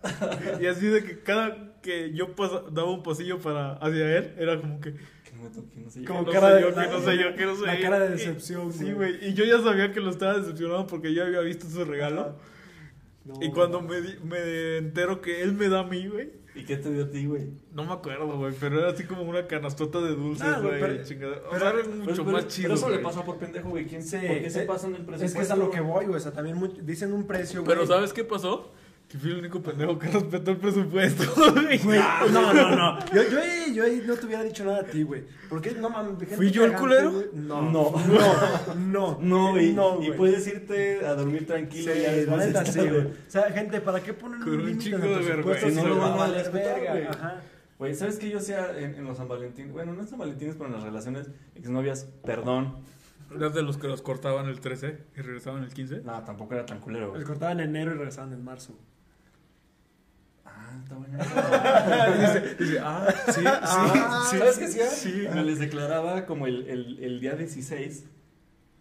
[SPEAKER 3] Y así de que cada que yo pasa- daba un pasillo para hacia él, era como que.
[SPEAKER 2] Que no me toque, no sé.
[SPEAKER 1] Como
[SPEAKER 3] no
[SPEAKER 1] cara
[SPEAKER 3] sé
[SPEAKER 1] de-
[SPEAKER 3] yo,
[SPEAKER 1] la-
[SPEAKER 3] que no sé yo, que no sé
[SPEAKER 1] la
[SPEAKER 3] yo.
[SPEAKER 1] cara de
[SPEAKER 3] Y-
[SPEAKER 1] decepción,
[SPEAKER 3] Sí,
[SPEAKER 1] güey.
[SPEAKER 3] güey. Y yo ya sabía que lo estaba decepcionado porque yo había visto su regalo.
[SPEAKER 1] No,
[SPEAKER 3] Y cuando me, di- me entero que él me da a mí, güey.
[SPEAKER 2] ¿Y qué te dio a ti, güey?
[SPEAKER 3] No me acuerdo, güey, pero era así como una canastota de
[SPEAKER 1] Ah,
[SPEAKER 3] dulces,
[SPEAKER 1] güey,
[SPEAKER 3] güey.
[SPEAKER 1] pero-
[SPEAKER 3] chingada. O
[SPEAKER 1] pero-
[SPEAKER 3] sea, era mucho
[SPEAKER 2] Pero- pero-
[SPEAKER 3] más chido.
[SPEAKER 2] Pero eso le
[SPEAKER 3] güey.
[SPEAKER 2] pasa por pendejo, güey. ¿Quién
[SPEAKER 1] Sí,
[SPEAKER 2] se, ¿Por qué se
[SPEAKER 1] eh,
[SPEAKER 2] pasan el presupuesto?
[SPEAKER 1] Es que es a lo que voy, güey. O sea, también muy- dicen un precio, güey.
[SPEAKER 3] Pero ¿sabes qué pasó? Que fui el único pendejo que respetó el presupuesto, güey.
[SPEAKER 1] Güey,
[SPEAKER 2] Ah,
[SPEAKER 1] no, no, no. Yo, yo, ahí- yo ahí no te hubiera dicho nada a ti, güey. Porque no mames. gente
[SPEAKER 3] ¿Fui yo el
[SPEAKER 1] cagante,
[SPEAKER 3] culero?
[SPEAKER 1] güey. No.
[SPEAKER 2] No.
[SPEAKER 1] No. No,
[SPEAKER 2] No, güey.
[SPEAKER 1] No,
[SPEAKER 2] y
[SPEAKER 1] güey.
[SPEAKER 2] puedes irte a dormir tranquilo. y
[SPEAKER 1] Sí,
[SPEAKER 2] ya
[SPEAKER 1] la
[SPEAKER 2] después
[SPEAKER 1] neta
[SPEAKER 2] estás-
[SPEAKER 1] sí, güey. O sea, gente, ¿para qué ponen
[SPEAKER 3] Con un
[SPEAKER 1] límite
[SPEAKER 3] chingo
[SPEAKER 1] en el
[SPEAKER 3] de
[SPEAKER 1] presupuesto
[SPEAKER 3] vergüenza,
[SPEAKER 1] si
[SPEAKER 2] no lo
[SPEAKER 1] va
[SPEAKER 2] van a
[SPEAKER 1] valer
[SPEAKER 2] respetar,
[SPEAKER 1] verga?
[SPEAKER 2] güey.
[SPEAKER 1] Ajá.
[SPEAKER 2] Güey, ¿sabes qué yo hacía en, en los San Valentín? Bueno, no en San Valentín, pero en las relaciones exnovias, perdón.
[SPEAKER 3] Eras de los que los cortaban el 13 y regresaban el 15.
[SPEAKER 2] No, tampoco era tan culero, güey.
[SPEAKER 1] Les cortaban en enero y regresaban en marzo.
[SPEAKER 2] Ah, está buena.
[SPEAKER 3] dice, dice, ah, sí, sí,
[SPEAKER 2] Ah,
[SPEAKER 3] sí.
[SPEAKER 2] ¿Sabes qué hacía?
[SPEAKER 3] Sí.
[SPEAKER 2] Me les declaraba como el, el, el día 16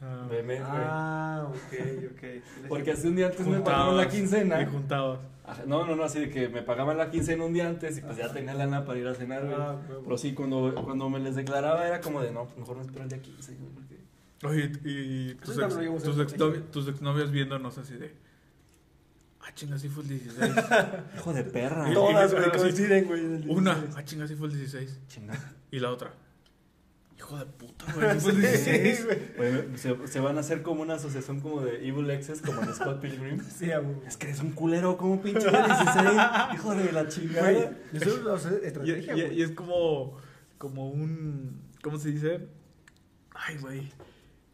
[SPEAKER 3] Ah,
[SPEAKER 2] de mes, güey.
[SPEAKER 1] Ah, ok, ok.
[SPEAKER 2] Porque así un día antes me
[SPEAKER 3] juntabas,
[SPEAKER 2] pagaban la
[SPEAKER 3] Y
[SPEAKER 2] quincena.
[SPEAKER 3] juntabas.
[SPEAKER 2] Ajá, No, no, no, así de que me pagaban la quincena un día antes y pues ya tenía lana para ir a cenar, güey.
[SPEAKER 1] Ah, huevo.
[SPEAKER 2] Pero sí, cuando, cuando me les declaraba era como de, no, mejor me espero el día 15, güey, porque...
[SPEAKER 3] Oye, y, y
[SPEAKER 1] Eso
[SPEAKER 3] tus,
[SPEAKER 1] también
[SPEAKER 3] ex-
[SPEAKER 1] lo llevamos
[SPEAKER 3] tus
[SPEAKER 1] a-
[SPEAKER 3] exnovi- tus exnovias viéndonos así de. Ah, chinga, sí fue el 16.
[SPEAKER 2] Hijo de perra.
[SPEAKER 3] Y- y-
[SPEAKER 1] Todas,
[SPEAKER 3] y-
[SPEAKER 1] güey,
[SPEAKER 3] sí.
[SPEAKER 1] coinciden, güey. en el
[SPEAKER 3] Una,
[SPEAKER 1] 16.
[SPEAKER 3] ah, chinga, sí fue el 16.
[SPEAKER 2] Chingada.
[SPEAKER 3] Y la otra. Hijo de puta, güey. ¿qué fue el
[SPEAKER 1] Sí,
[SPEAKER 3] 16?
[SPEAKER 1] güey.
[SPEAKER 2] Bueno, se, se van a hacer como una asociación como de Evil Exes, como en Scott Pilgrim.
[SPEAKER 1] Sí, a huevo.
[SPEAKER 2] Es que eres un culero, como pinche día 16, hijo de la chingada.
[SPEAKER 1] Güey, eso es lo- es
[SPEAKER 3] Y,
[SPEAKER 1] estrategia,
[SPEAKER 3] y-
[SPEAKER 1] güey.
[SPEAKER 3] y es como, como un. ¿Cómo se dice? Ay, güey.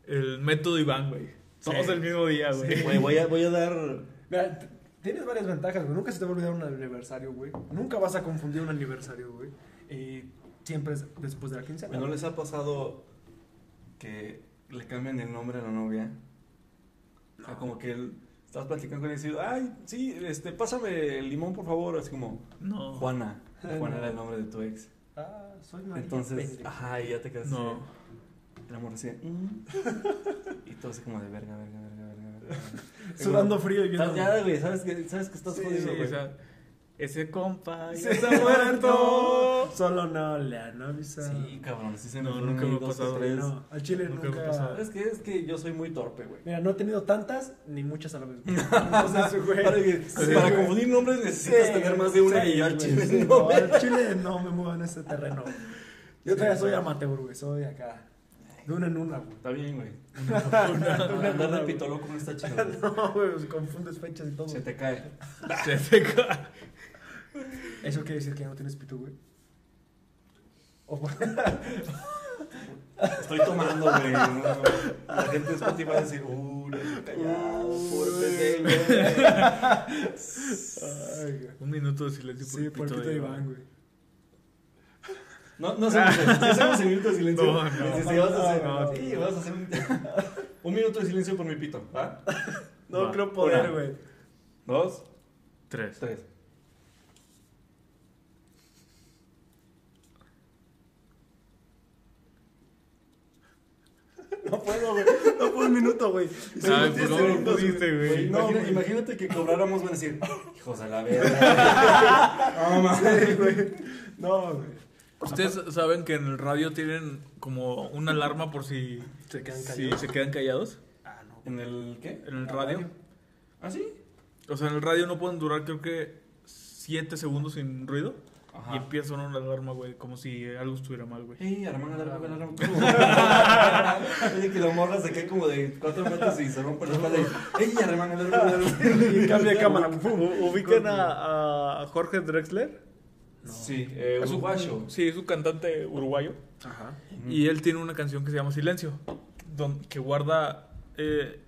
[SPEAKER 3] El método Iván, güey. Somos
[SPEAKER 1] Sí.
[SPEAKER 3] el mismo día, güey.
[SPEAKER 2] Güey, voy a, voy a dar...
[SPEAKER 1] Mira, t- tienes varias ventajas, güey. Nunca se te va a olvidar un aniversario, güey. Nunca vas a confundir un aniversario, güey. Y siempre es después de la quincena.
[SPEAKER 2] Güey, ¿No les ha pasado que le cambian el nombre a la novia? O sea, como que él, estás platicando con él y dices, ay, sí, este, pásame el limón, por favor. Así como,
[SPEAKER 3] No.
[SPEAKER 2] Juana. Juana
[SPEAKER 1] No.
[SPEAKER 2] era el nombre de tu ex.
[SPEAKER 1] Ah, soy María.
[SPEAKER 2] Entonces, ah,
[SPEAKER 1] pendeja.
[SPEAKER 2] ajá, y ya te quedas
[SPEAKER 3] No.
[SPEAKER 2] así. El amor así, "Mm". Y todo así como de verga, verga, verga, verga, verga.
[SPEAKER 1] Sudando frío y viendo.
[SPEAKER 2] Estás ya, güey, sabes que, sabes que estás
[SPEAKER 1] Sí,
[SPEAKER 3] Sí,
[SPEAKER 2] jodido,
[SPEAKER 3] o
[SPEAKER 2] güey.
[SPEAKER 3] sea, ese compa ya
[SPEAKER 1] Se
[SPEAKER 3] está
[SPEAKER 1] está
[SPEAKER 3] muerto.
[SPEAKER 1] muerto. Solo no le han avisado.
[SPEAKER 2] Sí, cabrón, sí se me
[SPEAKER 3] No,
[SPEAKER 2] fueron
[SPEAKER 3] nunca me
[SPEAKER 2] ahí
[SPEAKER 3] ha
[SPEAKER 2] dos o
[SPEAKER 3] pasado.
[SPEAKER 2] tres.
[SPEAKER 1] No, al chile
[SPEAKER 3] Nunca
[SPEAKER 1] nunca.
[SPEAKER 3] me ha pasado.
[SPEAKER 2] ¿Sabes qué? Es que yo soy muy torpe, güey.
[SPEAKER 1] Mira, no he tenido tantas ni muchas a la vez. Entonces, güey.
[SPEAKER 2] Para, que-
[SPEAKER 1] Sí,
[SPEAKER 2] pues, para
[SPEAKER 1] güey.
[SPEAKER 2] confundir nombres necesitas
[SPEAKER 1] Sí,
[SPEAKER 2] tener más de una
[SPEAKER 1] sí,
[SPEAKER 2] y yo al
[SPEAKER 1] güey,
[SPEAKER 2] chile
[SPEAKER 1] sí,
[SPEAKER 2] no. güey.
[SPEAKER 1] al chile no me muevo en ese terreno. güey. Yo todavía soy amateur, güey. Soy acá. De una en una, güey.
[SPEAKER 2] Está bien, güey.
[SPEAKER 1] De una en
[SPEAKER 2] Andar
[SPEAKER 1] una,
[SPEAKER 2] de
[SPEAKER 1] güey.
[SPEAKER 2] pito loco no está chido. güey.
[SPEAKER 1] No, güey, se confundes fechas y todo.
[SPEAKER 2] Se te cae.
[SPEAKER 3] Se te ca-
[SPEAKER 1] Eso quiere decir que ya no tienes pito, güey. O-
[SPEAKER 2] Estoy tomando, güey. no. La gente de Spotify va a decir, uh, no, callado, pobre pendejo, güey".
[SPEAKER 1] Ay, güey.
[SPEAKER 3] Un minuto de silencio por
[SPEAKER 1] Sí,
[SPEAKER 3] el
[SPEAKER 1] por
[SPEAKER 3] pito
[SPEAKER 1] pito de Iván,
[SPEAKER 3] Iván.
[SPEAKER 1] güey.
[SPEAKER 2] No, no hacemos eso. Sí hacemos un minuto de silencio.
[SPEAKER 3] No, no.
[SPEAKER 2] Sí, sí, vas a hacer,
[SPEAKER 1] No, no,
[SPEAKER 2] sí,
[SPEAKER 1] no.
[SPEAKER 2] vas a hacer un, un minuto de silencio por mi pito. ¿va?
[SPEAKER 1] No
[SPEAKER 3] Va,
[SPEAKER 1] creo poder,
[SPEAKER 2] una.
[SPEAKER 1] güey.
[SPEAKER 2] Dos,
[SPEAKER 3] Tres.
[SPEAKER 2] tres. No puedo, güey. No puedo un minuto, güey.
[SPEAKER 3] Ay, pues, ¿cómo no
[SPEAKER 2] Segundos,
[SPEAKER 3] pudiste, güey?
[SPEAKER 2] Güey, No,
[SPEAKER 1] Imagínate-
[SPEAKER 2] güey, imagínate que cobráramos, van a decir, hijos a la verga. No, mames.
[SPEAKER 1] No, güey.
[SPEAKER 3] Ustedes saben que en el radio tienen como una alarma por si,
[SPEAKER 1] Se quedan
[SPEAKER 3] si
[SPEAKER 1] callados.
[SPEAKER 3] se quedan callados.
[SPEAKER 1] Ah, no.
[SPEAKER 2] ¿En el qué?
[SPEAKER 3] En el radio.
[SPEAKER 2] ¿Ah, sí?
[SPEAKER 3] O sea, en el radio no pueden durar creo que 7 segundos sin ruido. Y
[SPEAKER 2] Ajá.
[SPEAKER 3] empieza a sonar una alarma, güey, como si algo estuviera mal, güey.
[SPEAKER 2] Ey, Armando,
[SPEAKER 3] Ah.
[SPEAKER 2] la alarma, la alarma. Oye, que la morra se cae como de cuatro metros y se rompe la espalda. y, Ey, Armando, la alarma, la alarma.
[SPEAKER 1] Y cambia de cámara.
[SPEAKER 3] ¿Ubican a, a Jorge Drexler?
[SPEAKER 2] Sí, eh,
[SPEAKER 3] Es un-
[SPEAKER 2] uruguayo.
[SPEAKER 3] Sí, es un cantante uruguayo.
[SPEAKER 1] Ajá.
[SPEAKER 3] Y él tiene una canción que se llama Silencio, don- que guarda, eh,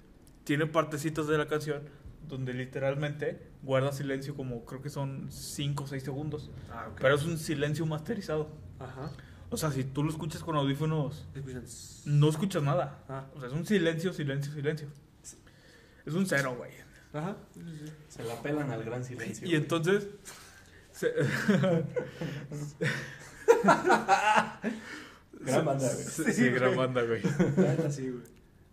[SPEAKER 3] tiene partecitas de la canción donde literalmente guarda silencio como creo que son 5 o 6 segundos.
[SPEAKER 1] Ah, ok.
[SPEAKER 3] Pero es un silencio masterizado.
[SPEAKER 1] Ajá.
[SPEAKER 3] O sea, si tú lo escuchas con audífonos,
[SPEAKER 1] Escuchan.
[SPEAKER 3] no escuchas nada.
[SPEAKER 1] Ah.
[SPEAKER 3] O sea, es un silencio, silencio, silencio. Es un cero, güey.
[SPEAKER 1] Ajá.
[SPEAKER 2] Se la pelan al gran silencio.
[SPEAKER 3] Y entonces... se-
[SPEAKER 2] Gran banda, güey.
[SPEAKER 3] Sí, sí, gran banda, güey.
[SPEAKER 1] Sí, güey.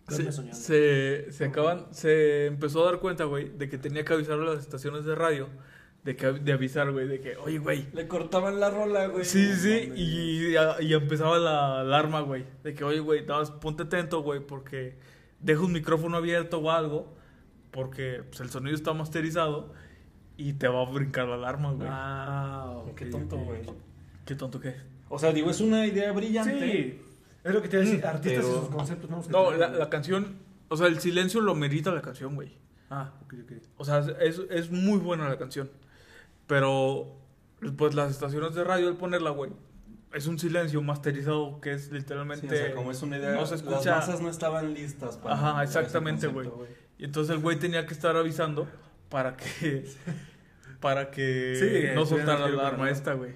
[SPEAKER 3] Se,
[SPEAKER 1] Duerme soñando.
[SPEAKER 3] se, se acaban, se empezó a dar cuenta, güey, de que tenía que avisar a las estaciones de radio, de, que, de avisar, güey, de que, oye, güey.
[SPEAKER 2] Le cortaban la rola, güey.
[SPEAKER 3] Sí, sí, y, y empezaba la alarma, güey, de que, oye, güey, nada más ponte atento, güey, porque deja un micrófono abierto o algo, porque pues, el sonido está masterizado y te va a brincar la alarma, güey.
[SPEAKER 1] Ah, ok,
[SPEAKER 2] Qué tonto,
[SPEAKER 1] ok.
[SPEAKER 2] güey.
[SPEAKER 3] Qué tonto que
[SPEAKER 2] O sea, digo, es una idea brillante.
[SPEAKER 1] Sí. Es lo que te iba a decir. Artistas
[SPEAKER 2] pero-
[SPEAKER 1] y sus conceptos. No,
[SPEAKER 3] No, la, la canción, o sea, el silencio lo merita la canción, güey.
[SPEAKER 1] Ah, ok, ok.
[SPEAKER 3] O sea, es, es muy buena la canción. Pero, pues las estaciones de radio al ponerla, güey, es un silencio masterizado que es
[SPEAKER 2] Sí,
[SPEAKER 3] literalmente...
[SPEAKER 2] o sea, como es una idea.
[SPEAKER 3] no se
[SPEAKER 2] Las
[SPEAKER 3] escucha.
[SPEAKER 2] masas no estaban listas para.
[SPEAKER 3] Ajá,
[SPEAKER 2] ese
[SPEAKER 3] exactamente,
[SPEAKER 2] concepto,
[SPEAKER 3] Y entonces el güey tenía que estar avisando para que... para que
[SPEAKER 1] Sí,
[SPEAKER 3] no
[SPEAKER 1] sí,
[SPEAKER 3] soltara
[SPEAKER 1] sí,
[SPEAKER 3] la alarma
[SPEAKER 1] sí.
[SPEAKER 3] esta, güey.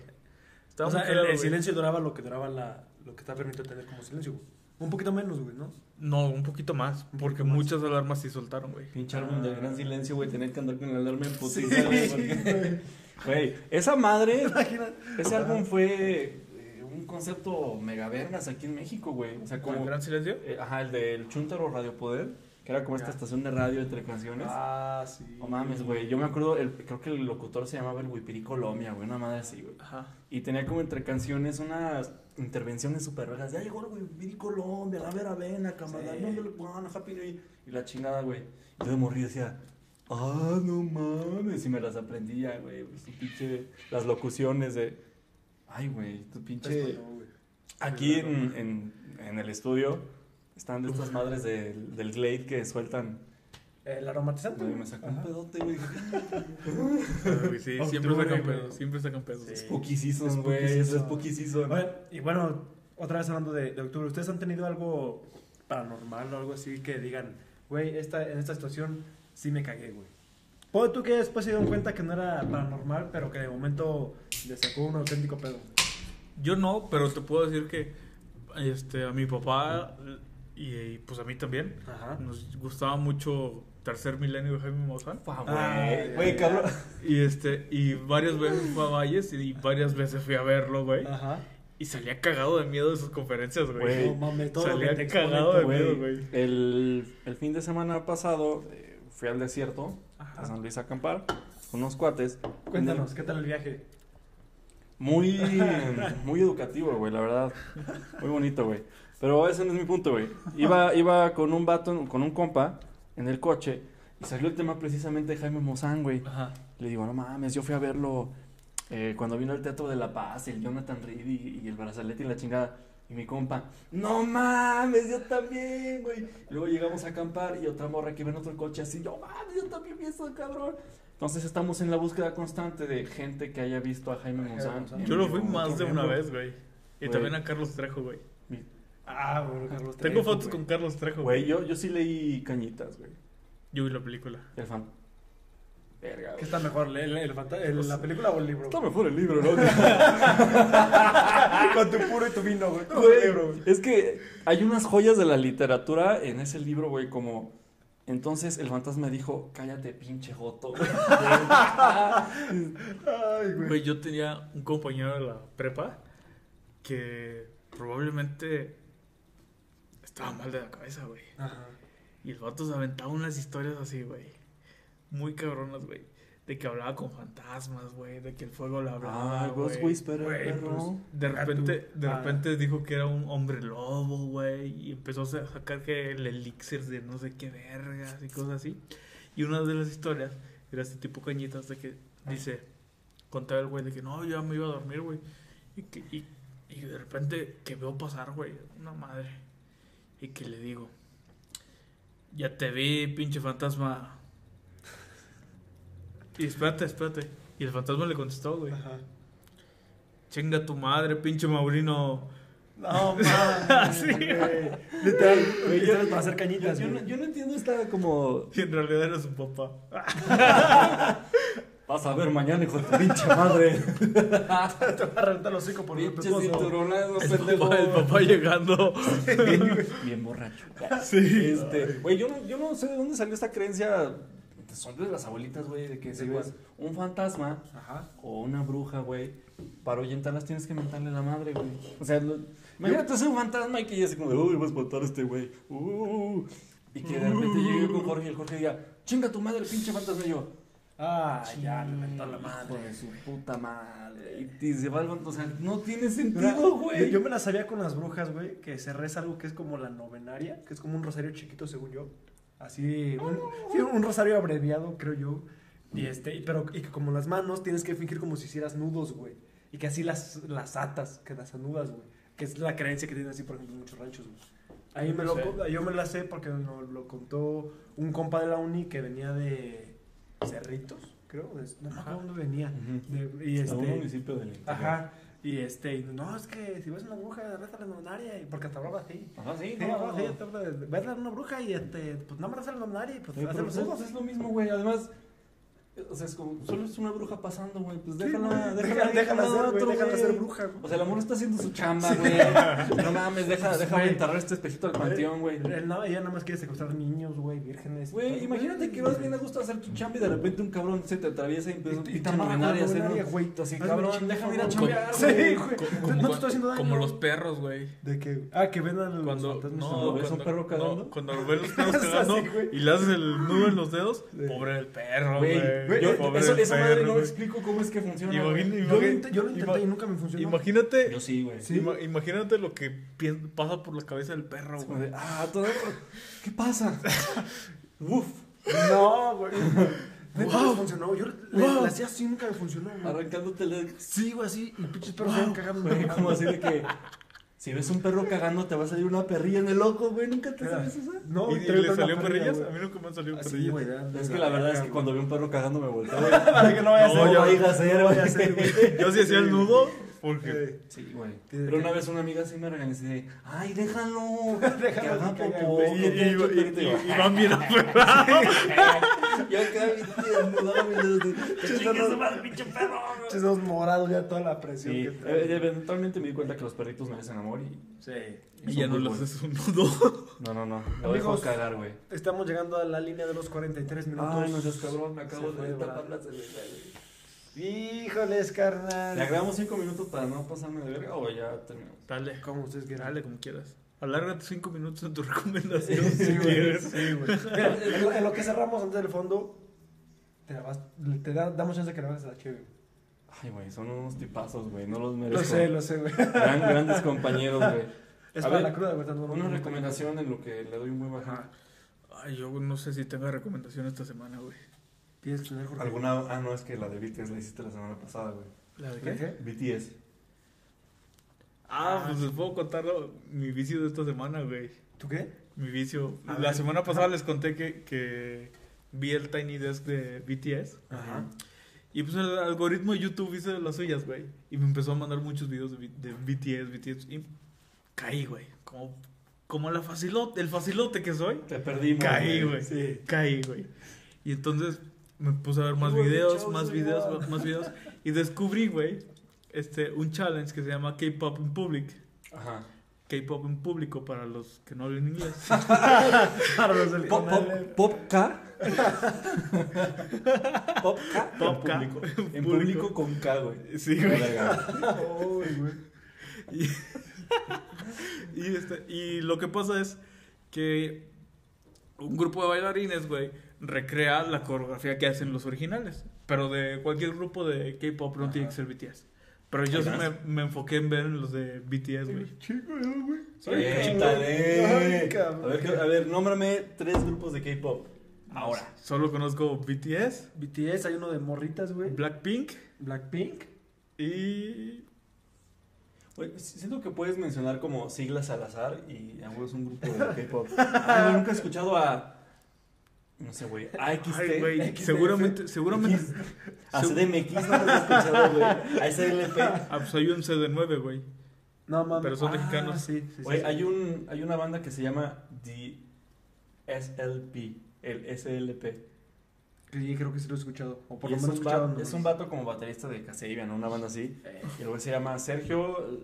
[SPEAKER 3] Está
[SPEAKER 1] O
[SPEAKER 3] muy
[SPEAKER 1] sea, el,
[SPEAKER 3] claro,
[SPEAKER 1] el
[SPEAKER 3] güey.
[SPEAKER 1] silencio duraba lo que duraba la, lo que está permitido tener como silencio. güey. Un poquito menos, güey, ¿no?
[SPEAKER 3] No, un poquito más,
[SPEAKER 1] Un
[SPEAKER 3] porque
[SPEAKER 1] poquito más.
[SPEAKER 3] muchas alarmas sí soltaron, güey.
[SPEAKER 2] Pinche álbum del gran silencio, güey. Tener que andar con la alarma en
[SPEAKER 1] Sí,
[SPEAKER 2] putiza, Pues güey, porque- Güey, esa madre.
[SPEAKER 1] Imagina-
[SPEAKER 2] Ese álbum fue eh, un concepto mega vergas aquí en México, güey. O sea,
[SPEAKER 3] ¿Con el
[SPEAKER 2] como.
[SPEAKER 3] gran silencio?
[SPEAKER 2] eh, ajá, el del Chuntaro Radio Poder. Que era como esta
[SPEAKER 1] Ya.
[SPEAKER 2] estación de radio entre canciones.
[SPEAKER 1] Ah, sí.
[SPEAKER 2] No mames, güey. Yo me acuerdo, el- creo que el locutor se llamaba el Huipiri Colombia, güey. Una madre así, güey.
[SPEAKER 3] Ajá.
[SPEAKER 2] Y tenía como entre canciones unas intervenciones súper raras. Ya llegó el güey, Viri Colombia, la vera vena, camarada,
[SPEAKER 1] Sí.
[SPEAKER 2] no me lo bueno, happy new year. Y la chingada, güey. Y yo de morir decía, ah, no mames. Y me las aprendía, güey. Pues tu pinche. Las locuciones de. Ay, güey, tu
[SPEAKER 1] Pues,
[SPEAKER 2] pinche. Aquí en, en, en el estudio están de estas madres del, del Glade que sueltan.
[SPEAKER 1] El aromatizante.
[SPEAKER 2] Y me sacó un pedote, güey.
[SPEAKER 3] Ah, Güey, sí, siempre
[SPEAKER 1] Octubre,
[SPEAKER 3] sacan
[SPEAKER 1] güey.
[SPEAKER 3] pedos, siempre sacan pedos.
[SPEAKER 1] Sí.
[SPEAKER 2] Spooky Season,
[SPEAKER 1] Spooky
[SPEAKER 2] güey. Es
[SPEAKER 1] season.
[SPEAKER 2] Spooky Season.
[SPEAKER 1] Oye, y bueno, otra vez hablando de, de octubre, ¿ustedes han tenido algo paranormal o algo así que digan, güey, esta, en esta situación sí me cagué, güey? Puede tú que después se dieron cuenta que no era paranormal, pero que de momento le sacó un auténtico pedo.
[SPEAKER 3] Yo no, pero te puedo decir que este, a mi papá y, y, pues a mí también
[SPEAKER 1] Ajá.
[SPEAKER 3] nos gustaba mucho Tercer Milenio de Jaime Maussan.
[SPEAKER 2] Pa,
[SPEAKER 1] Ay,
[SPEAKER 2] güey. Güey,
[SPEAKER 1] ay,
[SPEAKER 2] Carlos.
[SPEAKER 3] Y, este, y varias veces fue a Valles y, varias veces fui a verlo, güey.
[SPEAKER 1] Ajá.
[SPEAKER 3] Y salía cagado de miedo de sus conferencias, güey.
[SPEAKER 2] Güey.
[SPEAKER 1] No mames, todo lo
[SPEAKER 3] Salía
[SPEAKER 1] que te exponen,
[SPEAKER 3] cagado de
[SPEAKER 1] güey.
[SPEAKER 3] miedo,
[SPEAKER 2] Güey, el, el fin de semana pasado eh, fui al desierto, a San Luis a acampar, con unos cuates.
[SPEAKER 1] Cuéntanos, ¿qué tal el viaje?
[SPEAKER 2] Muy, muy educativo, güey, la verdad. Muy bonito, güey. Pero ese no es mi punto, güey. Iba, iba con un vato, con un compa, en el coche, y salió el tema precisamente de Jaime Mozán, güey.
[SPEAKER 3] Ajá.
[SPEAKER 2] Le digo, no mames, yo fui a verlo eh, cuando vino el Teatro de la Paz, el Jonathan Reed y, y el brazalete y la chingada. Y mi compa, no mames, yo también, güey. Y Luego llegamos a acampar y otra morra que iba en otro coche así, no mames, yo también vi eso, cabrón. Entonces estamos en la búsqueda constante de gente que haya visto a Jaime
[SPEAKER 1] Jaime
[SPEAKER 2] Monzán.
[SPEAKER 1] Maussan.
[SPEAKER 2] en
[SPEAKER 3] Yo lo
[SPEAKER 2] vivo,
[SPEAKER 3] fui
[SPEAKER 2] en
[SPEAKER 3] más
[SPEAKER 2] otro
[SPEAKER 3] de una
[SPEAKER 2] miembro.
[SPEAKER 3] vez, güey. Y
[SPEAKER 2] Güey.
[SPEAKER 3] también a Carlos Trejo, güey.
[SPEAKER 2] Mi-
[SPEAKER 1] Ah, bueno, Carlos.
[SPEAKER 3] Tengo fotos con Carlos Trejo,
[SPEAKER 2] Güey, yo, yo sí leí Cañitas, güey.
[SPEAKER 3] Yo vi la película.
[SPEAKER 2] El fan. Verga,
[SPEAKER 1] ¿Qué
[SPEAKER 2] güey.
[SPEAKER 1] está mejor, el, el fanta- el- la película o el libro?
[SPEAKER 2] Está mejor el libro, ¿no?
[SPEAKER 1] con tu puro y tu vino, güey. Todo
[SPEAKER 2] Güey,
[SPEAKER 1] el libro, güey.
[SPEAKER 2] es que hay unas joyas de la literatura en ese libro, güey, como... Entonces el fantasma dijo, cállate, pinche joto. güey".
[SPEAKER 1] Ay, güey.
[SPEAKER 3] Güey, yo tenía un compañero de la prepa que probablemente estaba mal de la cabeza, güey.
[SPEAKER 1] Ajá.
[SPEAKER 3] Y el vato se aventaba unas historias así, güey. Muy cabronas, güey. De que hablaba con fantasmas, güey. De que el fuego le hablaba.
[SPEAKER 2] Ah, Ghost
[SPEAKER 3] güey.
[SPEAKER 2] Whisperer,
[SPEAKER 3] Güey,
[SPEAKER 2] perro.
[SPEAKER 3] pues, de
[SPEAKER 1] Ah, tú.
[SPEAKER 3] repente, de
[SPEAKER 1] Ah.
[SPEAKER 3] repente dijo que era un hombre lobo, güey. Y empezó a sa- sacar que el elixir de no sé qué vergas y cosas así. Y una de las historias era este tipo cañitas de que dice, contaba el güey de que no, yo ya me iba a dormir, güey. Y, que, y, y de repente que veo pasar, güey, una madre. Y que le digo, ya te vi, pinche fantasma. Y espérate, espérate. Y el fantasma le contestó, güey.
[SPEAKER 1] Ajá.
[SPEAKER 3] Chinga tu madre, pinche Maurino.
[SPEAKER 1] No, mames.
[SPEAKER 3] Sí.
[SPEAKER 1] güey. Literal,
[SPEAKER 2] Güey, yo-
[SPEAKER 1] literal para hacer cañitas.
[SPEAKER 2] Yo, yo no,
[SPEAKER 1] güey.
[SPEAKER 2] yo no entiendo esta como...
[SPEAKER 3] Y en realidad era su papá.
[SPEAKER 2] Vas a ver mañana, hijo de tu pinche madre.
[SPEAKER 1] Te va a reventar los hocico por
[SPEAKER 2] pinche
[SPEAKER 1] respetuoso.
[SPEAKER 2] cinturonazo,
[SPEAKER 3] El
[SPEAKER 2] pendejo.
[SPEAKER 3] papá, el papá llegando.
[SPEAKER 2] bien, bien borracho.
[SPEAKER 3] Sí.
[SPEAKER 2] Este, güey, yo no, yo no sé de dónde salió esta creencia. Son de las abuelitas, güey, de que si
[SPEAKER 1] ¿De
[SPEAKER 2] ves un fantasma
[SPEAKER 1] Ajá.
[SPEAKER 2] o una bruja, güey, para ahuyentarlas tienes que mentarle la madre, güey. O sea, lo- imagínate ser un fantasma y que ya se como de, uy, voy a espantar a este güey. Uh, y que de
[SPEAKER 1] Uh.
[SPEAKER 2] repente llegue yo con Jorge y el Jorge diga, chinga tu madre, pinche fantasma. Y yo,
[SPEAKER 1] Ah, ya,
[SPEAKER 2] ya,
[SPEAKER 1] le reventó la
[SPEAKER 2] hijo de
[SPEAKER 1] madre.
[SPEAKER 2] su puta madre. Y se va el fantasma, o sea, no tiene
[SPEAKER 1] Mira,
[SPEAKER 2] sentido,
[SPEAKER 1] yo-
[SPEAKER 2] güey.
[SPEAKER 1] Yo me la sabía con las brujas, güey, que se reza algo que es como la novenaria, que es como un rosario chiquito, según yo. Así, un, sí, un rosario abreviado, creo yo. Y este, y- pero y que como las manos tienes que fingir como si hicieras nudos, güey. Y que así las, las atas, que las anudas, güey. Que es la creencia que tienen así, por ejemplo, en muchos ranchos, güey. Ahí me lo,
[SPEAKER 3] Sí.
[SPEAKER 1] co- yo me la sé porque nos lo contó un compa de la uni que venía de Cerritos, creo. de- no me
[SPEAKER 3] Ajá.
[SPEAKER 1] acuerdo dónde venía.
[SPEAKER 2] Ujú.
[SPEAKER 1] De- y
[SPEAKER 2] A un
[SPEAKER 1] este,
[SPEAKER 2] municipio del interior.
[SPEAKER 1] Ajá. Y este, y no, es que si ves una bruja, reza la novenaria, y- porque hasta hablaba así.
[SPEAKER 2] Ajá, sí,
[SPEAKER 1] Sí,
[SPEAKER 2] no, no,
[SPEAKER 1] hablaba así,
[SPEAKER 2] no.
[SPEAKER 1] hasta hablaba de- ves a una bruja y este, pues nada más reza la novenaria y pues
[SPEAKER 2] Oye,
[SPEAKER 1] hace
[SPEAKER 2] pero
[SPEAKER 1] los
[SPEAKER 2] pues,
[SPEAKER 1] nudos.
[SPEAKER 2] es lo mismo, güey. Además, o sea, es como, solo es una bruja pasando, güey. Pues
[SPEAKER 1] Sí,
[SPEAKER 2] déjala,
[SPEAKER 1] güey,
[SPEAKER 2] déjala,
[SPEAKER 1] déjala- déjala
[SPEAKER 2] déjala,
[SPEAKER 1] ser,
[SPEAKER 2] otro,
[SPEAKER 1] güey, déjala
[SPEAKER 2] güey.
[SPEAKER 1] ser bruja, güey.
[SPEAKER 2] O sea, el amor está haciendo su chamba, güey. No mames, deja,
[SPEAKER 1] Pues,
[SPEAKER 2] déjame
[SPEAKER 1] güey.
[SPEAKER 2] enterrar este espejito al panteón, güey.
[SPEAKER 1] Él no- ella nada más quiere secuestrar niños, güey, vírgenes.
[SPEAKER 2] Güey, imagínate que vas bien a gusto a hacer tu chamba y de repente un cabrón se te atraviesa y empieza
[SPEAKER 1] Y- y te
[SPEAKER 2] pinche
[SPEAKER 1] amarra con
[SPEAKER 2] novenaria,
[SPEAKER 1] la
[SPEAKER 2] así,
[SPEAKER 1] novenaria,
[SPEAKER 2] ¿no?
[SPEAKER 1] güey.
[SPEAKER 2] Así,
[SPEAKER 1] Hazme
[SPEAKER 2] cabrón,
[SPEAKER 1] chingar,
[SPEAKER 2] déjame ir a
[SPEAKER 1] güey.
[SPEAKER 2] chambear,
[SPEAKER 1] Sí,
[SPEAKER 2] güey.
[SPEAKER 1] güey.
[SPEAKER 3] Como,
[SPEAKER 1] No te estoy haciendo daño.
[SPEAKER 3] como los perros, güey.
[SPEAKER 1] ¿De que Ah, que ven al.
[SPEAKER 3] Cuando, no,
[SPEAKER 2] ¿Cuando ves a un
[SPEAKER 3] cuando-
[SPEAKER 2] perro cagando?
[SPEAKER 3] no, cuando ves los perros
[SPEAKER 1] Es así,
[SPEAKER 3] cagando
[SPEAKER 1] güey.
[SPEAKER 3] y le haces el nudo en los dedos, pobre del perro, güey.
[SPEAKER 2] Güey, yo-
[SPEAKER 3] Pobre
[SPEAKER 2] eso,
[SPEAKER 3] del
[SPEAKER 2] esa madre
[SPEAKER 3] perro,
[SPEAKER 2] no
[SPEAKER 3] güey.
[SPEAKER 2] explico cómo es que funciona. güey.
[SPEAKER 3] Imagina-
[SPEAKER 1] Yo, lo
[SPEAKER 3] imagina-
[SPEAKER 1] int- yo lo intenté
[SPEAKER 3] ima-
[SPEAKER 1] y nunca me funcionó.
[SPEAKER 3] Imagínate,
[SPEAKER 2] Yo sí, güey.
[SPEAKER 3] ima- imagínate lo que pien- pasa por la cabeza del perro,
[SPEAKER 2] Es como
[SPEAKER 3] güey.
[SPEAKER 2] de, ah, todo. ¿Qué pasa? Uf.
[SPEAKER 1] No, güey. Nunca me
[SPEAKER 3] Wow.
[SPEAKER 1] funcionó. Yo le,
[SPEAKER 2] Wow.
[SPEAKER 1] le hacía así, nunca me funcionó, güey.
[SPEAKER 2] Arrancándote el dedo.
[SPEAKER 1] Sí, güey, así. Y pinches perros se iban cagando.
[SPEAKER 2] Güey, como así de que si ves un perro cagando te va a salir una perrilla en el ojo, güey, nunca te sabes esa.
[SPEAKER 1] No,
[SPEAKER 3] ¿Y,
[SPEAKER 1] y
[SPEAKER 3] y
[SPEAKER 1] te
[SPEAKER 3] le
[SPEAKER 1] avientan una
[SPEAKER 3] salió
[SPEAKER 1] parrilla,
[SPEAKER 3] perrillas?
[SPEAKER 1] güey.
[SPEAKER 3] A mí nunca me han salido
[SPEAKER 1] Así,
[SPEAKER 3] perrillas.
[SPEAKER 1] güey.
[SPEAKER 2] Es que la verdad es que cuando vi un perro cagando me volteaba. güey.
[SPEAKER 1] Para que no vaya a
[SPEAKER 3] No,
[SPEAKER 1] ser.
[SPEAKER 3] yo-
[SPEAKER 1] güey.
[SPEAKER 2] iba a hacer,
[SPEAKER 1] No vaya
[SPEAKER 2] güey.
[SPEAKER 1] güey.
[SPEAKER 3] Yo sí hacía el nudo porque
[SPEAKER 1] Eh,
[SPEAKER 2] Sí, güey.
[SPEAKER 1] Sí, de
[SPEAKER 2] Pero
[SPEAKER 1] que-
[SPEAKER 2] una vez una amiga sí me regañó así de, ay, déjalo, que
[SPEAKER 1] Déjalo
[SPEAKER 2] haga
[SPEAKER 1] que cague,
[SPEAKER 2] popó,
[SPEAKER 1] güey".
[SPEAKER 2] que
[SPEAKER 3] y, y-
[SPEAKER 2] te eche un
[SPEAKER 3] y-
[SPEAKER 2] perrito". Y yo,
[SPEAKER 3] y- y van bien aferrados.
[SPEAKER 2] Yo acá desnudaba mis dedos de, "Que chingue su madre, pinche perro.
[SPEAKER 1] Pinches dos morados ya toda la presión
[SPEAKER 2] Sí,
[SPEAKER 1] que
[SPEAKER 2] eh,
[SPEAKER 1] trae.
[SPEAKER 2] eventualmente me di cuenta que los perritos merecen amor y...
[SPEAKER 1] Sí.
[SPEAKER 3] Y
[SPEAKER 2] son
[SPEAKER 3] ya no
[SPEAKER 2] muy
[SPEAKER 3] le
[SPEAKER 2] buenos.
[SPEAKER 3] haces un nudo.
[SPEAKER 2] No, no, no. Lo dejo
[SPEAKER 1] Amigos,
[SPEAKER 2] cagar, güey.
[SPEAKER 1] Estamos llegando a la línea de los 43 minutos.
[SPEAKER 2] Ay, no seas cabrón, me acabo
[SPEAKER 1] Se fue,
[SPEAKER 2] de
[SPEAKER 1] ¿verdad?
[SPEAKER 2] tapar la cerveza, güey.
[SPEAKER 1] Híjoles, carnal.
[SPEAKER 2] ¿Le agregamos 5 minutos para no pasarme de verga o ya terminamos?
[SPEAKER 3] Dale,
[SPEAKER 1] Como ustedes quieran.
[SPEAKER 3] dale, como quieras. Alárgate cinco minutos en tu recomendación si
[SPEAKER 1] Sí, güey.
[SPEAKER 3] quieres.
[SPEAKER 1] Sí, güey. Mira, en lo- en lo que cerramos antes del fondo, te, la vas- te da- damos chance de que le bajes a la chévere.
[SPEAKER 2] Ay, güey, son unos tipazos, güey, no los merezco.
[SPEAKER 1] Lo sé, lo sé, güey.
[SPEAKER 2] Gran- grandes compañeros, güey.
[SPEAKER 1] Es
[SPEAKER 2] A
[SPEAKER 1] para
[SPEAKER 2] ver,
[SPEAKER 1] la cruda, güey. tanto no-
[SPEAKER 2] Una
[SPEAKER 1] no-
[SPEAKER 2] recomendación en lo que le doy un buen bajón.
[SPEAKER 3] Ay, yo no sé si tenga recomendación esta semana, güey.
[SPEAKER 1] Tienes que tener Jorge.
[SPEAKER 2] ¿Alguna? Ah, no, es que la de BTS la hiciste la semana pasada, güey.
[SPEAKER 3] ¿La de
[SPEAKER 1] ¿Qué? ¿Qué?
[SPEAKER 2] BTS.
[SPEAKER 3] ¿Eh? Ah, pues les puedo contar lo- mi vicio de esta semana, güey.
[SPEAKER 1] ¿Tú qué?
[SPEAKER 3] Mi vicio.
[SPEAKER 1] A
[SPEAKER 3] la
[SPEAKER 1] ver.
[SPEAKER 3] semana pasada les conté que, que vi el Tiny Desk de BTS.
[SPEAKER 1] Ajá.
[SPEAKER 3] Y pues el algoritmo de YouTube hizo de las suyas, güey. Y me empezó a mandar muchos videos de, B- de BTS, BTS. Y caí, güey. Como, como la facilote, el facilote que soy.
[SPEAKER 2] Te perdimos.
[SPEAKER 3] Caí, güey.
[SPEAKER 1] Sí.
[SPEAKER 3] Caí, güey. Y entonces me puse a ver más
[SPEAKER 1] Güey,
[SPEAKER 3] videos,
[SPEAKER 1] chao,
[SPEAKER 3] más
[SPEAKER 1] soy
[SPEAKER 2] Ah.
[SPEAKER 1] yo.
[SPEAKER 3] videos, más videos. Y descubrí, güey, este, un challenge que se llama K-Pop in Public.
[SPEAKER 2] Ajá.
[SPEAKER 3] K-Pop en público para los que no hablan inglés.
[SPEAKER 1] Claro, es el
[SPEAKER 2] Pop, pop,
[SPEAKER 1] canal.
[SPEAKER 2] pop K. pop K.
[SPEAKER 3] Pop K.
[SPEAKER 2] En público. En
[SPEAKER 3] En
[SPEAKER 2] público
[SPEAKER 3] público
[SPEAKER 2] con K, güey.
[SPEAKER 3] Sí,
[SPEAKER 2] La
[SPEAKER 3] güey.
[SPEAKER 2] verga.
[SPEAKER 1] Ay, güey.
[SPEAKER 3] Y, y, este, y lo que pasa es que un grupo de bailarines, güey, recrea la coreografía que hacen los originales. Pero de cualquier grupo de K-pop no tiene que ser BTS. Pero yo sí me, me enfoqué en ver los de BTS, güey.
[SPEAKER 1] Chico, ¿no, güey. Ay,
[SPEAKER 2] Échale.
[SPEAKER 1] cabrón. Ay,
[SPEAKER 2] A
[SPEAKER 1] cabrón.
[SPEAKER 2] ver, ¿qué- a ver, nómbrame tres grupos de K-pop. Ahora.
[SPEAKER 3] Solo conozco BTS,
[SPEAKER 1] BTS, hay uno de morritas, güey.
[SPEAKER 3] Blackpink
[SPEAKER 1] Blackpink.
[SPEAKER 3] y.
[SPEAKER 2] Oye, s- siento que puedes mencionar como siglas al azar y a huevo es un grupo de K-pop. Ah, güey, nunca he escuchado a. No sé, güey. AXT.
[SPEAKER 3] Ay, güey.
[SPEAKER 2] XTF,
[SPEAKER 3] Seguramente, seguramente.
[SPEAKER 2] X, A CDMX no lo has escuchado, güey. A SLP.
[SPEAKER 3] Ah, pues hay un CD9, güey.
[SPEAKER 1] No mames.
[SPEAKER 3] Pero son
[SPEAKER 1] Ah,
[SPEAKER 3] mexicanos.
[SPEAKER 1] Sí, sí, sí,
[SPEAKER 2] Güey,
[SPEAKER 1] sí.
[SPEAKER 2] hay, un, hay una banda que se llama The SLP. El SLP.
[SPEAKER 1] Sí, creo que sí lo he escuchado. O por
[SPEAKER 2] Y
[SPEAKER 1] lo
[SPEAKER 2] es,
[SPEAKER 1] menos
[SPEAKER 2] un va-
[SPEAKER 1] escuchado.
[SPEAKER 2] es un vato como baterista de Casabian, una banda así.
[SPEAKER 3] Eh.
[SPEAKER 2] Y el güey se llama Sergio, eh,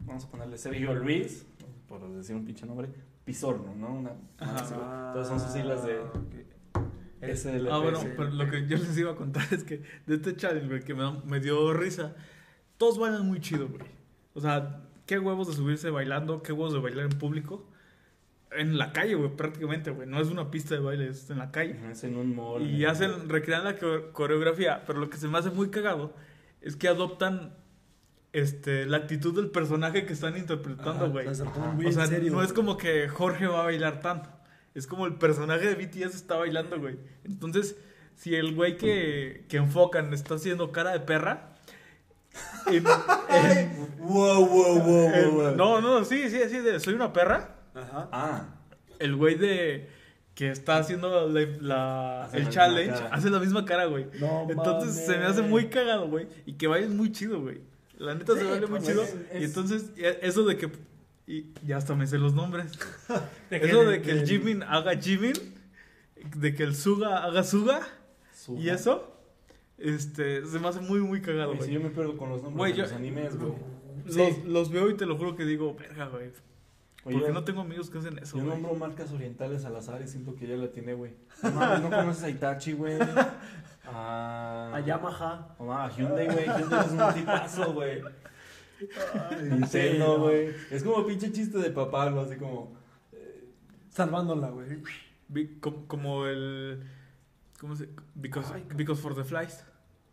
[SPEAKER 2] vamos a ponerle Sergio Luis, por decir un pinche nombre, Pizorno, ¿no? Una,
[SPEAKER 3] Ajá.
[SPEAKER 2] así, güey.
[SPEAKER 1] Ah,
[SPEAKER 2] Entonces son sus siglas de SLP.
[SPEAKER 3] Ah, bueno,
[SPEAKER 1] LPS.
[SPEAKER 3] pero lo que yo les iba a contar es que de este challenge, güey, que me, da- me dio risa, todos bailan muy chido, güey. O sea, qué huevos de subirse bailando, qué huevos de bailar en público. En la calle, güey, prácticamente, güey. No es una pista de baile, es en la calle.
[SPEAKER 2] Ajá, Es en un mall.
[SPEAKER 3] Y
[SPEAKER 2] en-
[SPEAKER 3] hacen, recrean la core- coreografía, pero lo que se me hace muy cagado es que adoptan este, la actitud del personaje que están interpretando,
[SPEAKER 1] Ajá,
[SPEAKER 3] güey.
[SPEAKER 1] o sea, se lo toman Ah, muy
[SPEAKER 3] O
[SPEAKER 1] en
[SPEAKER 3] sea,
[SPEAKER 1] serio,
[SPEAKER 3] no es
[SPEAKER 1] güey.
[SPEAKER 3] como que Jorge va a bailar tanto. Es como el personaje de BTS está bailando, güey. Entonces, si el güey que, que enfocan está haciendo cara de perra. en- en-
[SPEAKER 2] Wow, wow, wow, wow,
[SPEAKER 3] en-
[SPEAKER 2] wow.
[SPEAKER 3] Eh, no, no, sí, sí, sí, de soy una perra.
[SPEAKER 1] Ajá.
[SPEAKER 2] Ah,
[SPEAKER 3] El güey de. que está haciendo la- la-
[SPEAKER 2] Hace la
[SPEAKER 3] el
[SPEAKER 2] misma
[SPEAKER 3] challenge
[SPEAKER 2] cara.
[SPEAKER 3] hace la misma cara, güey.
[SPEAKER 1] No
[SPEAKER 3] Entonces se me hace
[SPEAKER 1] mames.
[SPEAKER 3] muy cagado, güey. Y que bailen muy chido, güey. La neta se
[SPEAKER 2] Sí,
[SPEAKER 3] baila muy
[SPEAKER 2] pues,
[SPEAKER 3] chido.
[SPEAKER 2] es-
[SPEAKER 3] Y
[SPEAKER 2] es-
[SPEAKER 3] entonces, e- eso de que. Y ya hasta me sé los nombres.
[SPEAKER 1] que-
[SPEAKER 3] eso de que el
[SPEAKER 1] de-
[SPEAKER 3] Jimin haga Jimin. De que el Suga haga Suga.
[SPEAKER 2] su-
[SPEAKER 3] Y eso. Este, se me hace muy, muy cagado,
[SPEAKER 2] Güey, si
[SPEAKER 3] güey.
[SPEAKER 2] yo me pierdo con los nombres
[SPEAKER 3] Güey,
[SPEAKER 2] de
[SPEAKER 3] yo-
[SPEAKER 2] los animes, güey.
[SPEAKER 3] Los, los veo y te lo juro que digo, verga, güey.
[SPEAKER 2] Oye,
[SPEAKER 3] Porque no tengo amigos que hacen eso,
[SPEAKER 2] Yo
[SPEAKER 3] güey.
[SPEAKER 2] nombro marcas orientales al azar y siento que ya la tiene, güey. No mames, no conoces a Itachi, güey. Ah,
[SPEAKER 1] A Yamaha.
[SPEAKER 2] No mames, Hyundai, güey. Hyundai es un tipazo, güey. Nintendo,
[SPEAKER 1] Sí,
[SPEAKER 2] güey. Es como pinche chiste de papá, algo así como.
[SPEAKER 1] Salvándola, güey.
[SPEAKER 3] Vi- com- como el. ¿Cómo se Because,
[SPEAKER 1] Ay,
[SPEAKER 3] because for the flies.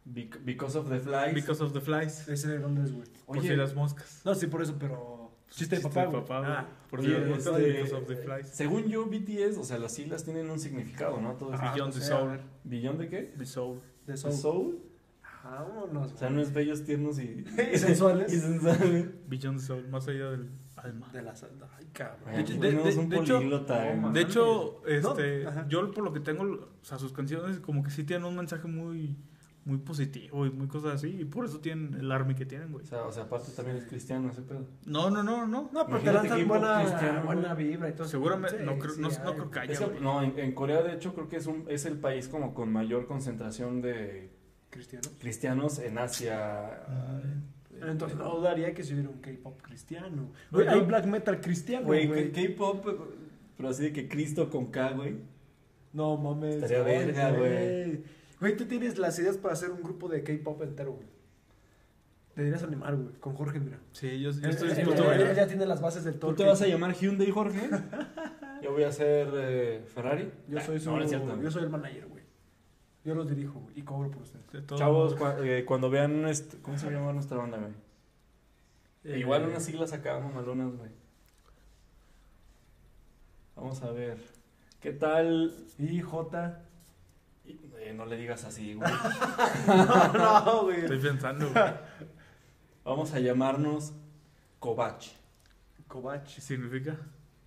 [SPEAKER 2] "Bec- Because of the flies.
[SPEAKER 3] Because of the flies.
[SPEAKER 1] Ese de Londres, güey.
[SPEAKER 3] por si las moscas.
[SPEAKER 1] No, sí, por eso, pero. Chiste de
[SPEAKER 3] Pues, Chiste
[SPEAKER 1] papá, güey.
[SPEAKER 3] güey.
[SPEAKER 1] Ah,
[SPEAKER 3] por si
[SPEAKER 2] oye,
[SPEAKER 3] las moscas,
[SPEAKER 2] este-
[SPEAKER 3] because of the flies.
[SPEAKER 2] Según yo, BTS, o sea, las siglas tienen un significado, ¿no? Todo es
[SPEAKER 1] Ajá.
[SPEAKER 3] Beyond
[SPEAKER 1] ah, o
[SPEAKER 3] the
[SPEAKER 1] sea,
[SPEAKER 3] soul.
[SPEAKER 2] ¿Billón de qué?
[SPEAKER 3] The soul.
[SPEAKER 1] de
[SPEAKER 2] Soul.
[SPEAKER 1] Soul. Vámonos,
[SPEAKER 2] Pues, O sea, no es bellos, tiernos y.
[SPEAKER 1] Y sensuales.
[SPEAKER 2] y sensuales.
[SPEAKER 3] Beyond the soul. Más allá del alma.
[SPEAKER 1] De la sal- Ay,
[SPEAKER 2] De,
[SPEAKER 1] cabrón.
[SPEAKER 3] hecho- de- de-
[SPEAKER 2] pues, un
[SPEAKER 3] de hecho-
[SPEAKER 2] políglota, eh.
[SPEAKER 1] no,
[SPEAKER 2] güey.
[SPEAKER 3] De hecho, este,
[SPEAKER 1] Ajá.
[SPEAKER 3] yo por lo que tengo, o sea, sus canciones como que sí tienen un mensaje muy, muy positivo y muy cosas así, y por eso tienen el army que tienen, güey.
[SPEAKER 2] O sea, o sea, aparte también es cristiano ese pedo.
[SPEAKER 3] No, no, no, no.
[SPEAKER 1] No, pero te
[SPEAKER 2] Imagínate que
[SPEAKER 1] lanzan
[SPEAKER 2] un
[SPEAKER 1] buena,
[SPEAKER 2] cristiano,
[SPEAKER 1] buena
[SPEAKER 2] güey.
[SPEAKER 1] vibra y todo.
[SPEAKER 3] Seguramente,
[SPEAKER 1] Sí,
[SPEAKER 3] no, creo,
[SPEAKER 1] sí,
[SPEAKER 3] no,
[SPEAKER 1] hay.
[SPEAKER 3] no creo que haya,
[SPEAKER 2] Es el-
[SPEAKER 3] güey.
[SPEAKER 2] no, en, en Corea, de hecho, creo que es, un, es el país como con mayor concentración de
[SPEAKER 1] Cristiano.
[SPEAKER 2] cristianos en Asia.
[SPEAKER 1] Entonces, no daría que si hubiera un K-pop cristiano.
[SPEAKER 3] Güey,
[SPEAKER 1] Güey, hay
[SPEAKER 3] yo-
[SPEAKER 1] black metal cristiano,
[SPEAKER 2] Güey,
[SPEAKER 1] güey.
[SPEAKER 2] K- K-pop, pero así de que Cristo con K, güey.
[SPEAKER 1] No mames.
[SPEAKER 2] Estaría
[SPEAKER 1] güey,
[SPEAKER 2] verga,
[SPEAKER 1] Güey, tú tienes las ideas para hacer un grupo de K-pop entero, güey. Te deberías animar, güey. Con Jorge, mira.
[SPEAKER 3] Sí, yo, yo
[SPEAKER 1] Él-
[SPEAKER 3] estoy
[SPEAKER 1] él-
[SPEAKER 3] dispuesto a
[SPEAKER 1] él-
[SPEAKER 3] bailar.
[SPEAKER 1] él Eh, ya tiene las bases del
[SPEAKER 2] ¿Tú
[SPEAKER 1] todo.
[SPEAKER 2] te vas a llamar Hyundai, Jorge? Yo voy a ser eh, Ferrari.
[SPEAKER 1] Yo soy su-
[SPEAKER 2] No, no es cierto.
[SPEAKER 1] yo soy el manager, güey. Yo los dirijo, güey. Y cobro por ustedes.
[SPEAKER 3] De todo.
[SPEAKER 2] Chavos, cua- eh, cuando vean... este- ¿Cómo se llama nuestra banda, güey?
[SPEAKER 3] Eh,
[SPEAKER 2] Igual unas siglas acá, mamalonas, güey. Vamos a ver. ¿Qué tal?
[SPEAKER 1] Y J.
[SPEAKER 2] Eh, no le digas así, güey.
[SPEAKER 1] no,
[SPEAKER 3] Estoy
[SPEAKER 1] güey.
[SPEAKER 3] pensando, güey.
[SPEAKER 2] Vamos a llamarnos Covach.
[SPEAKER 1] Covach.
[SPEAKER 3] ¿Qué significa?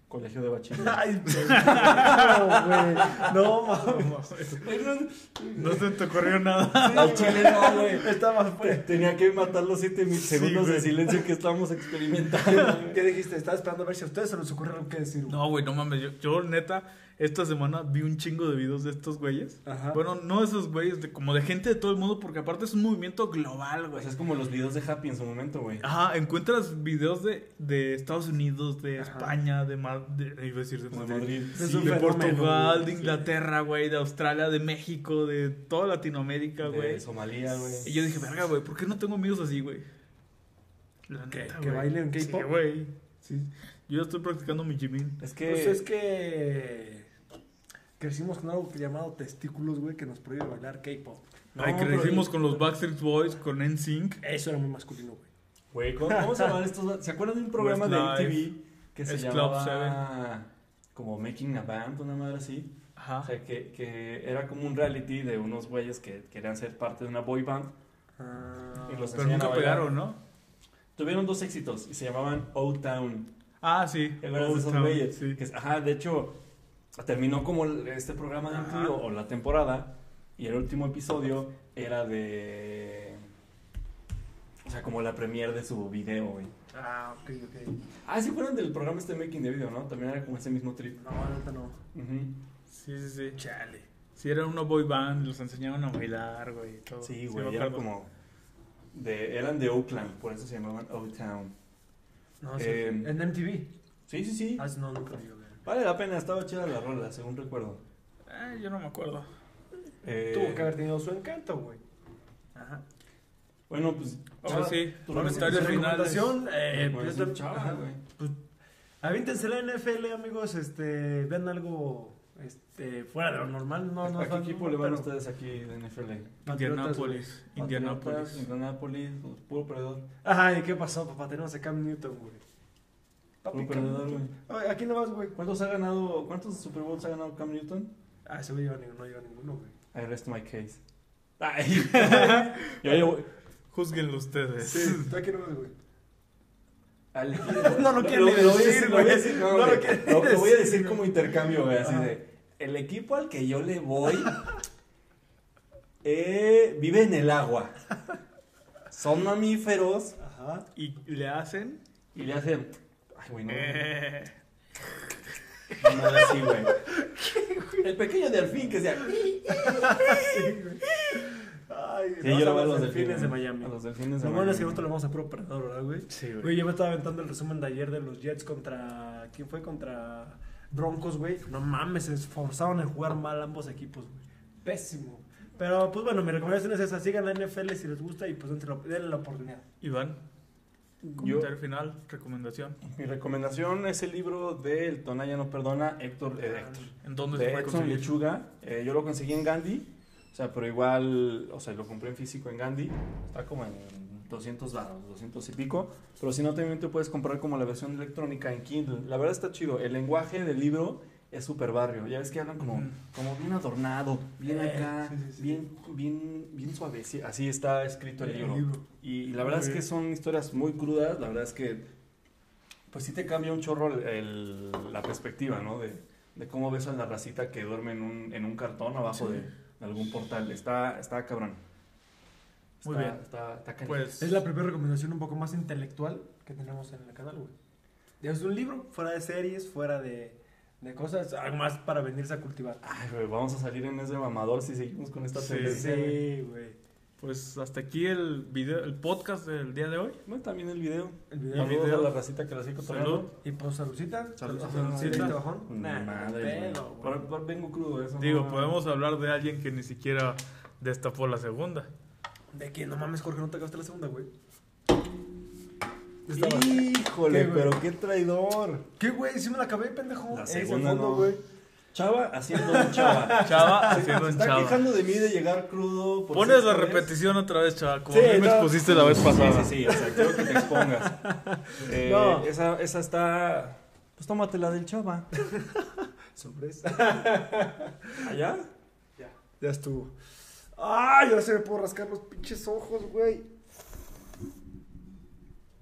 [SPEAKER 2] Colegio de Bachilleres.
[SPEAKER 1] Ay, pendejo, güey. No, mames.
[SPEAKER 3] No se te ocurrió nada.
[SPEAKER 2] Al chile no, güey.
[SPEAKER 1] Estaba fuera.
[SPEAKER 2] Pues, Tenía que matar los 7 segundos de silencio que estábamos experimentando.
[SPEAKER 1] ¿Qué dijiste? Estaba esperando a ver si a ustedes se les ocurre algo que decir, güey.
[SPEAKER 3] No, güey, no mames. Yo, yo, neta, esta semana vi un chingo de videos de estos güeyes.
[SPEAKER 1] Ajá.
[SPEAKER 3] Bueno, no esos güeyes, de- como de gente de todo el mundo, porque aparte es un movimiento global,
[SPEAKER 2] O
[SPEAKER 3] güey.
[SPEAKER 2] sea, es como los videos de Happy en su momento, güey.
[SPEAKER 3] Ajá, encuentras videos de, de Estados Unidos, de
[SPEAKER 1] Ajá.
[SPEAKER 3] España, de, Mar- de, iba a decir de
[SPEAKER 2] De
[SPEAKER 3] Madrid.
[SPEAKER 2] Madrid.
[SPEAKER 1] Es
[SPEAKER 2] Sí,
[SPEAKER 1] un
[SPEAKER 3] pues, de
[SPEAKER 1] fenómeno,
[SPEAKER 3] Portugal,
[SPEAKER 1] güey.
[SPEAKER 3] de Inglaterra, güey, de Australia, de México, de toda Latinoamérica, güey.
[SPEAKER 2] de Somalia, güey.
[SPEAKER 3] Y yo dije, verga, güey, ¿por qué no tengo amigos así, güey? La
[SPEAKER 1] Que-
[SPEAKER 3] neta,
[SPEAKER 1] que
[SPEAKER 3] güey.
[SPEAKER 1] bailen
[SPEAKER 3] Sí,
[SPEAKER 1] K-pop.
[SPEAKER 3] güey. Sí. Yo estoy practicando mi Jimin.
[SPEAKER 2] Es que.
[SPEAKER 1] Pues es que crecimos con algo que llamado testículos, güey, que nos prohíbe bailar K-pop.
[SPEAKER 2] No,
[SPEAKER 3] Ay,
[SPEAKER 2] pero-
[SPEAKER 3] crecimos con los Backstreet Boys, con NSYNC.
[SPEAKER 1] Eso era muy masculino, güey.
[SPEAKER 2] Güey, ¿cómo, cómo se llaman estos? va- ¿Se acuerdan de un programa de
[SPEAKER 3] Westlife,
[SPEAKER 2] MTV que se
[SPEAKER 3] S Club
[SPEAKER 2] llamaba como Making a Band, una madre así? O
[SPEAKER 3] Ajá.
[SPEAKER 2] sea, que, que era como un reality de unos güeyes que querían ser parte de una boy band.
[SPEAKER 1] Ah,
[SPEAKER 2] Y los-
[SPEAKER 3] Pero
[SPEAKER 2] enseñan a
[SPEAKER 3] nunca
[SPEAKER 2] bailar.
[SPEAKER 3] pegaron, ¿no?
[SPEAKER 2] Tuvieron dos éxitos y se llamaban O-Town.
[SPEAKER 3] Ah, sí.
[SPEAKER 2] ¿Te acuerdas de
[SPEAKER 3] Old
[SPEAKER 2] esos
[SPEAKER 3] Town,
[SPEAKER 2] güeyes?
[SPEAKER 3] sí.
[SPEAKER 2] Que es- ajá, de hecho, terminó como el- este programa de
[SPEAKER 3] Ajá.
[SPEAKER 2] MTV o, o la temporada y el último episodio era de... O sea, como la premiere de su video, güey.
[SPEAKER 1] ah, ok, ok.
[SPEAKER 2] Ah, sí fueron del programa este Making the Video, ¿no? También era como ese mismo trip.
[SPEAKER 1] No, ahorita no.
[SPEAKER 2] Ujú.
[SPEAKER 3] Sí, sí, sí. Chale. Sí, era una boy band, los enseñaban a bailar, güey. y
[SPEAKER 1] Oh,
[SPEAKER 3] todo.
[SPEAKER 2] Sí,
[SPEAKER 3] me
[SPEAKER 2] güey, eran
[SPEAKER 3] acuerdo.
[SPEAKER 2] como... De, eran de Oakland, por eso se llamaban O-Town.
[SPEAKER 1] No, sí.
[SPEAKER 2] Eh,
[SPEAKER 1] en MTV.
[SPEAKER 2] Sí, sí, sí.
[SPEAKER 1] Ah, no, nunca lo vi, güey.
[SPEAKER 2] Vale la pena, estaba chida la rola, según recuerdo.
[SPEAKER 3] Ah, yo no me acuerdo.
[SPEAKER 2] Eh,
[SPEAKER 1] Tuvo que haber tenido su encanto, güey.
[SPEAKER 3] Ajá.
[SPEAKER 2] Bueno, pues...
[SPEAKER 3] O sea, sí,
[SPEAKER 2] tu
[SPEAKER 3] comentarios finales.
[SPEAKER 1] recomendación, eh,
[SPEAKER 2] Bueno,
[SPEAKER 1] pues,
[SPEAKER 2] sí,
[SPEAKER 1] tam-
[SPEAKER 2] chava,
[SPEAKER 1] ajá.
[SPEAKER 2] güey.
[SPEAKER 1] Pues, aviéntense la NFL, amigos, este, vean algo este, fuera de lo normal, no, no
[SPEAKER 2] ¿A qué
[SPEAKER 1] fan-
[SPEAKER 2] equipo le van
[SPEAKER 1] pero-
[SPEAKER 2] ustedes aquí de NFL?
[SPEAKER 3] Indianapolis.
[SPEAKER 2] Patriotas,
[SPEAKER 3] Indianapolis.
[SPEAKER 2] Indianapolis, pues, puro perdedor.
[SPEAKER 1] Ay, ¿qué pasó, papá? Tenemos a Cam Newton, güey.
[SPEAKER 2] Puro perdedor, güey.
[SPEAKER 1] Ay, ¿A quién le vas, güey?
[SPEAKER 2] ¿Cuántos ha ganado, cuántos Super Bowls ha ganado Cam Newton?
[SPEAKER 1] Ah, ese güey lleva ninguno, no lleva ninguno, güey.
[SPEAKER 2] I rest my case. Ay. Yo llevo...
[SPEAKER 3] Juzguenlo ustedes.
[SPEAKER 1] ¿Tú a quién le vas, güey?
[SPEAKER 2] al-
[SPEAKER 1] No lo quiere
[SPEAKER 2] voy a
[SPEAKER 1] decir,
[SPEAKER 2] voy a
[SPEAKER 1] güey.
[SPEAKER 2] decir- no,
[SPEAKER 1] No lo
[SPEAKER 2] güey.
[SPEAKER 1] quiere
[SPEAKER 2] Lo- Lo voy a
[SPEAKER 1] decir,
[SPEAKER 2] decir
[SPEAKER 1] güey.
[SPEAKER 2] como intercambio, güey, así
[SPEAKER 1] Ajá.
[SPEAKER 2] de... El equipo al que yo le voy eh, vive en el agua. Son mamíferos
[SPEAKER 1] Ajá.
[SPEAKER 3] Y le hacen.
[SPEAKER 2] y le hacen... Ay, güey, no.
[SPEAKER 3] Eh,
[SPEAKER 2] No era así, güey. El pequeño delfín que sea.
[SPEAKER 1] Sí, güey. Ay,
[SPEAKER 2] Sí,
[SPEAKER 1] no,
[SPEAKER 2] yo
[SPEAKER 1] o sea,
[SPEAKER 2] lo veo a los
[SPEAKER 1] delfines
[SPEAKER 2] delfines
[SPEAKER 1] de Miami.
[SPEAKER 2] A los delfines de
[SPEAKER 1] Lo bueno es que
[SPEAKER 2] Miami.
[SPEAKER 1] nosotros le vamos a puro perdedor, ¿verdad, güey?
[SPEAKER 2] Sí,
[SPEAKER 1] Güey,
[SPEAKER 2] güey.
[SPEAKER 1] yo me estaba aventando el resumen de ayer de los Jets contra. ¿Quién fue? Contra Broncos, güey. No mames, se esforzaron en jugar mal ambos equipos, güey. Pésimo. Pero pues bueno, mi recomendación es esa: sigan la NFL si les gusta y pues dense la- denle la oportunidad.
[SPEAKER 3] Iván,
[SPEAKER 2] Yo-
[SPEAKER 3] comentario final, recomendación.
[SPEAKER 2] mi recomendación es el libro de El Tonaya no perdona, Héctor, eh, Héctor.
[SPEAKER 3] ¿En dónde se
[SPEAKER 2] de
[SPEAKER 3] puede
[SPEAKER 2] Edson
[SPEAKER 3] conseguir?
[SPEAKER 2] Lechuga. Eh, yo lo conseguí en Gandhi. O sea, pero igual, o sea, lo compré en físico en Gandhi. Está como en 200 baros, 200 y pico. Pero si no, también te puedes comprar como la versión electrónica en Kindle. La verdad está chido. El lenguaje del libro es súper barrio. Ya ves que hablan como,
[SPEAKER 3] Ujú.
[SPEAKER 2] como bien adornado, bien
[SPEAKER 1] Eh,
[SPEAKER 2] acá,
[SPEAKER 1] sí, sí, sí.
[SPEAKER 2] bien, bien, bien suave. Sí, Así está escrito Eh, el libro. Y, y la verdad
[SPEAKER 1] Muy
[SPEAKER 2] es que
[SPEAKER 1] bien.
[SPEAKER 2] son historias muy crudas, la verdad es que pues sí te cambia un chorro el- el- la perspectiva, ¿no? De, de cómo ves a la racita que duerme en un, en un cartón abajo de, de algún portal. Está, está cabrón.
[SPEAKER 3] Muy
[SPEAKER 2] Está-
[SPEAKER 3] bien.
[SPEAKER 2] Está, está cañón.
[SPEAKER 3] Pues.
[SPEAKER 1] Es la primera recomendación un poco más intelectual que tenemos en el canal, güey. Es un libro, fuera de series, fuera de, de cosas, algo más para venirse a cultivar.
[SPEAKER 2] Ay, güey, vamos a salir en ese mamador si seguimos con esta
[SPEAKER 3] Sí.
[SPEAKER 2] tendencia. güey.
[SPEAKER 1] Sí, güey.
[SPEAKER 3] Pues hasta aquí el video, el podcast del día de hoy.
[SPEAKER 2] Bueno, también el video.
[SPEAKER 1] El video.
[SPEAKER 2] Saludos a la racita que la sigue
[SPEAKER 3] Salud.
[SPEAKER 2] cotorreando.
[SPEAKER 1] Y pues saludcita.
[SPEAKER 2] Saludcita.
[SPEAKER 1] Saludcita. bajón?
[SPEAKER 2] Ni
[SPEAKER 1] Nah,
[SPEAKER 2] madre, güey.
[SPEAKER 1] pedo, güey.
[SPEAKER 2] Por- por- Vengo crudo, eso
[SPEAKER 3] Digo,
[SPEAKER 2] no-
[SPEAKER 3] podemos hablar de alguien que ni siquiera destapó la segunda.
[SPEAKER 1] De que no mames, Jorge, no te acabaste la segunda, güey.
[SPEAKER 2] Híjole,
[SPEAKER 1] ¿Qué, güey?
[SPEAKER 2] pero qué traidor.
[SPEAKER 1] ¿Qué, güey? Sí me la acabé, pendejo.
[SPEAKER 2] La
[SPEAKER 1] Ese
[SPEAKER 2] segunda
[SPEAKER 1] fondo,
[SPEAKER 2] no.
[SPEAKER 1] güey.
[SPEAKER 2] Chava haciendo un chava.
[SPEAKER 3] Chava
[SPEAKER 2] Ah, Se
[SPEAKER 3] haciendo un
[SPEAKER 2] está
[SPEAKER 3] chava.
[SPEAKER 2] quejando de mí de llegar crudo. por
[SPEAKER 3] Pones la
[SPEAKER 2] sexta vez.
[SPEAKER 3] repetición otra vez, chava, como
[SPEAKER 2] Sí,
[SPEAKER 3] a mí me
[SPEAKER 2] no.
[SPEAKER 3] expusiste la vez pasada.
[SPEAKER 2] Sí, sí, sí, o sea, quiero que te expongas. Eh,
[SPEAKER 1] No.
[SPEAKER 2] esa, esa está. Pues tómatela del chava.
[SPEAKER 1] Sorpresa.
[SPEAKER 2] ¿Allá?
[SPEAKER 1] Ya estuvo. ¡Ay! Ahora se me puedo rascar los pinches ojos, güey.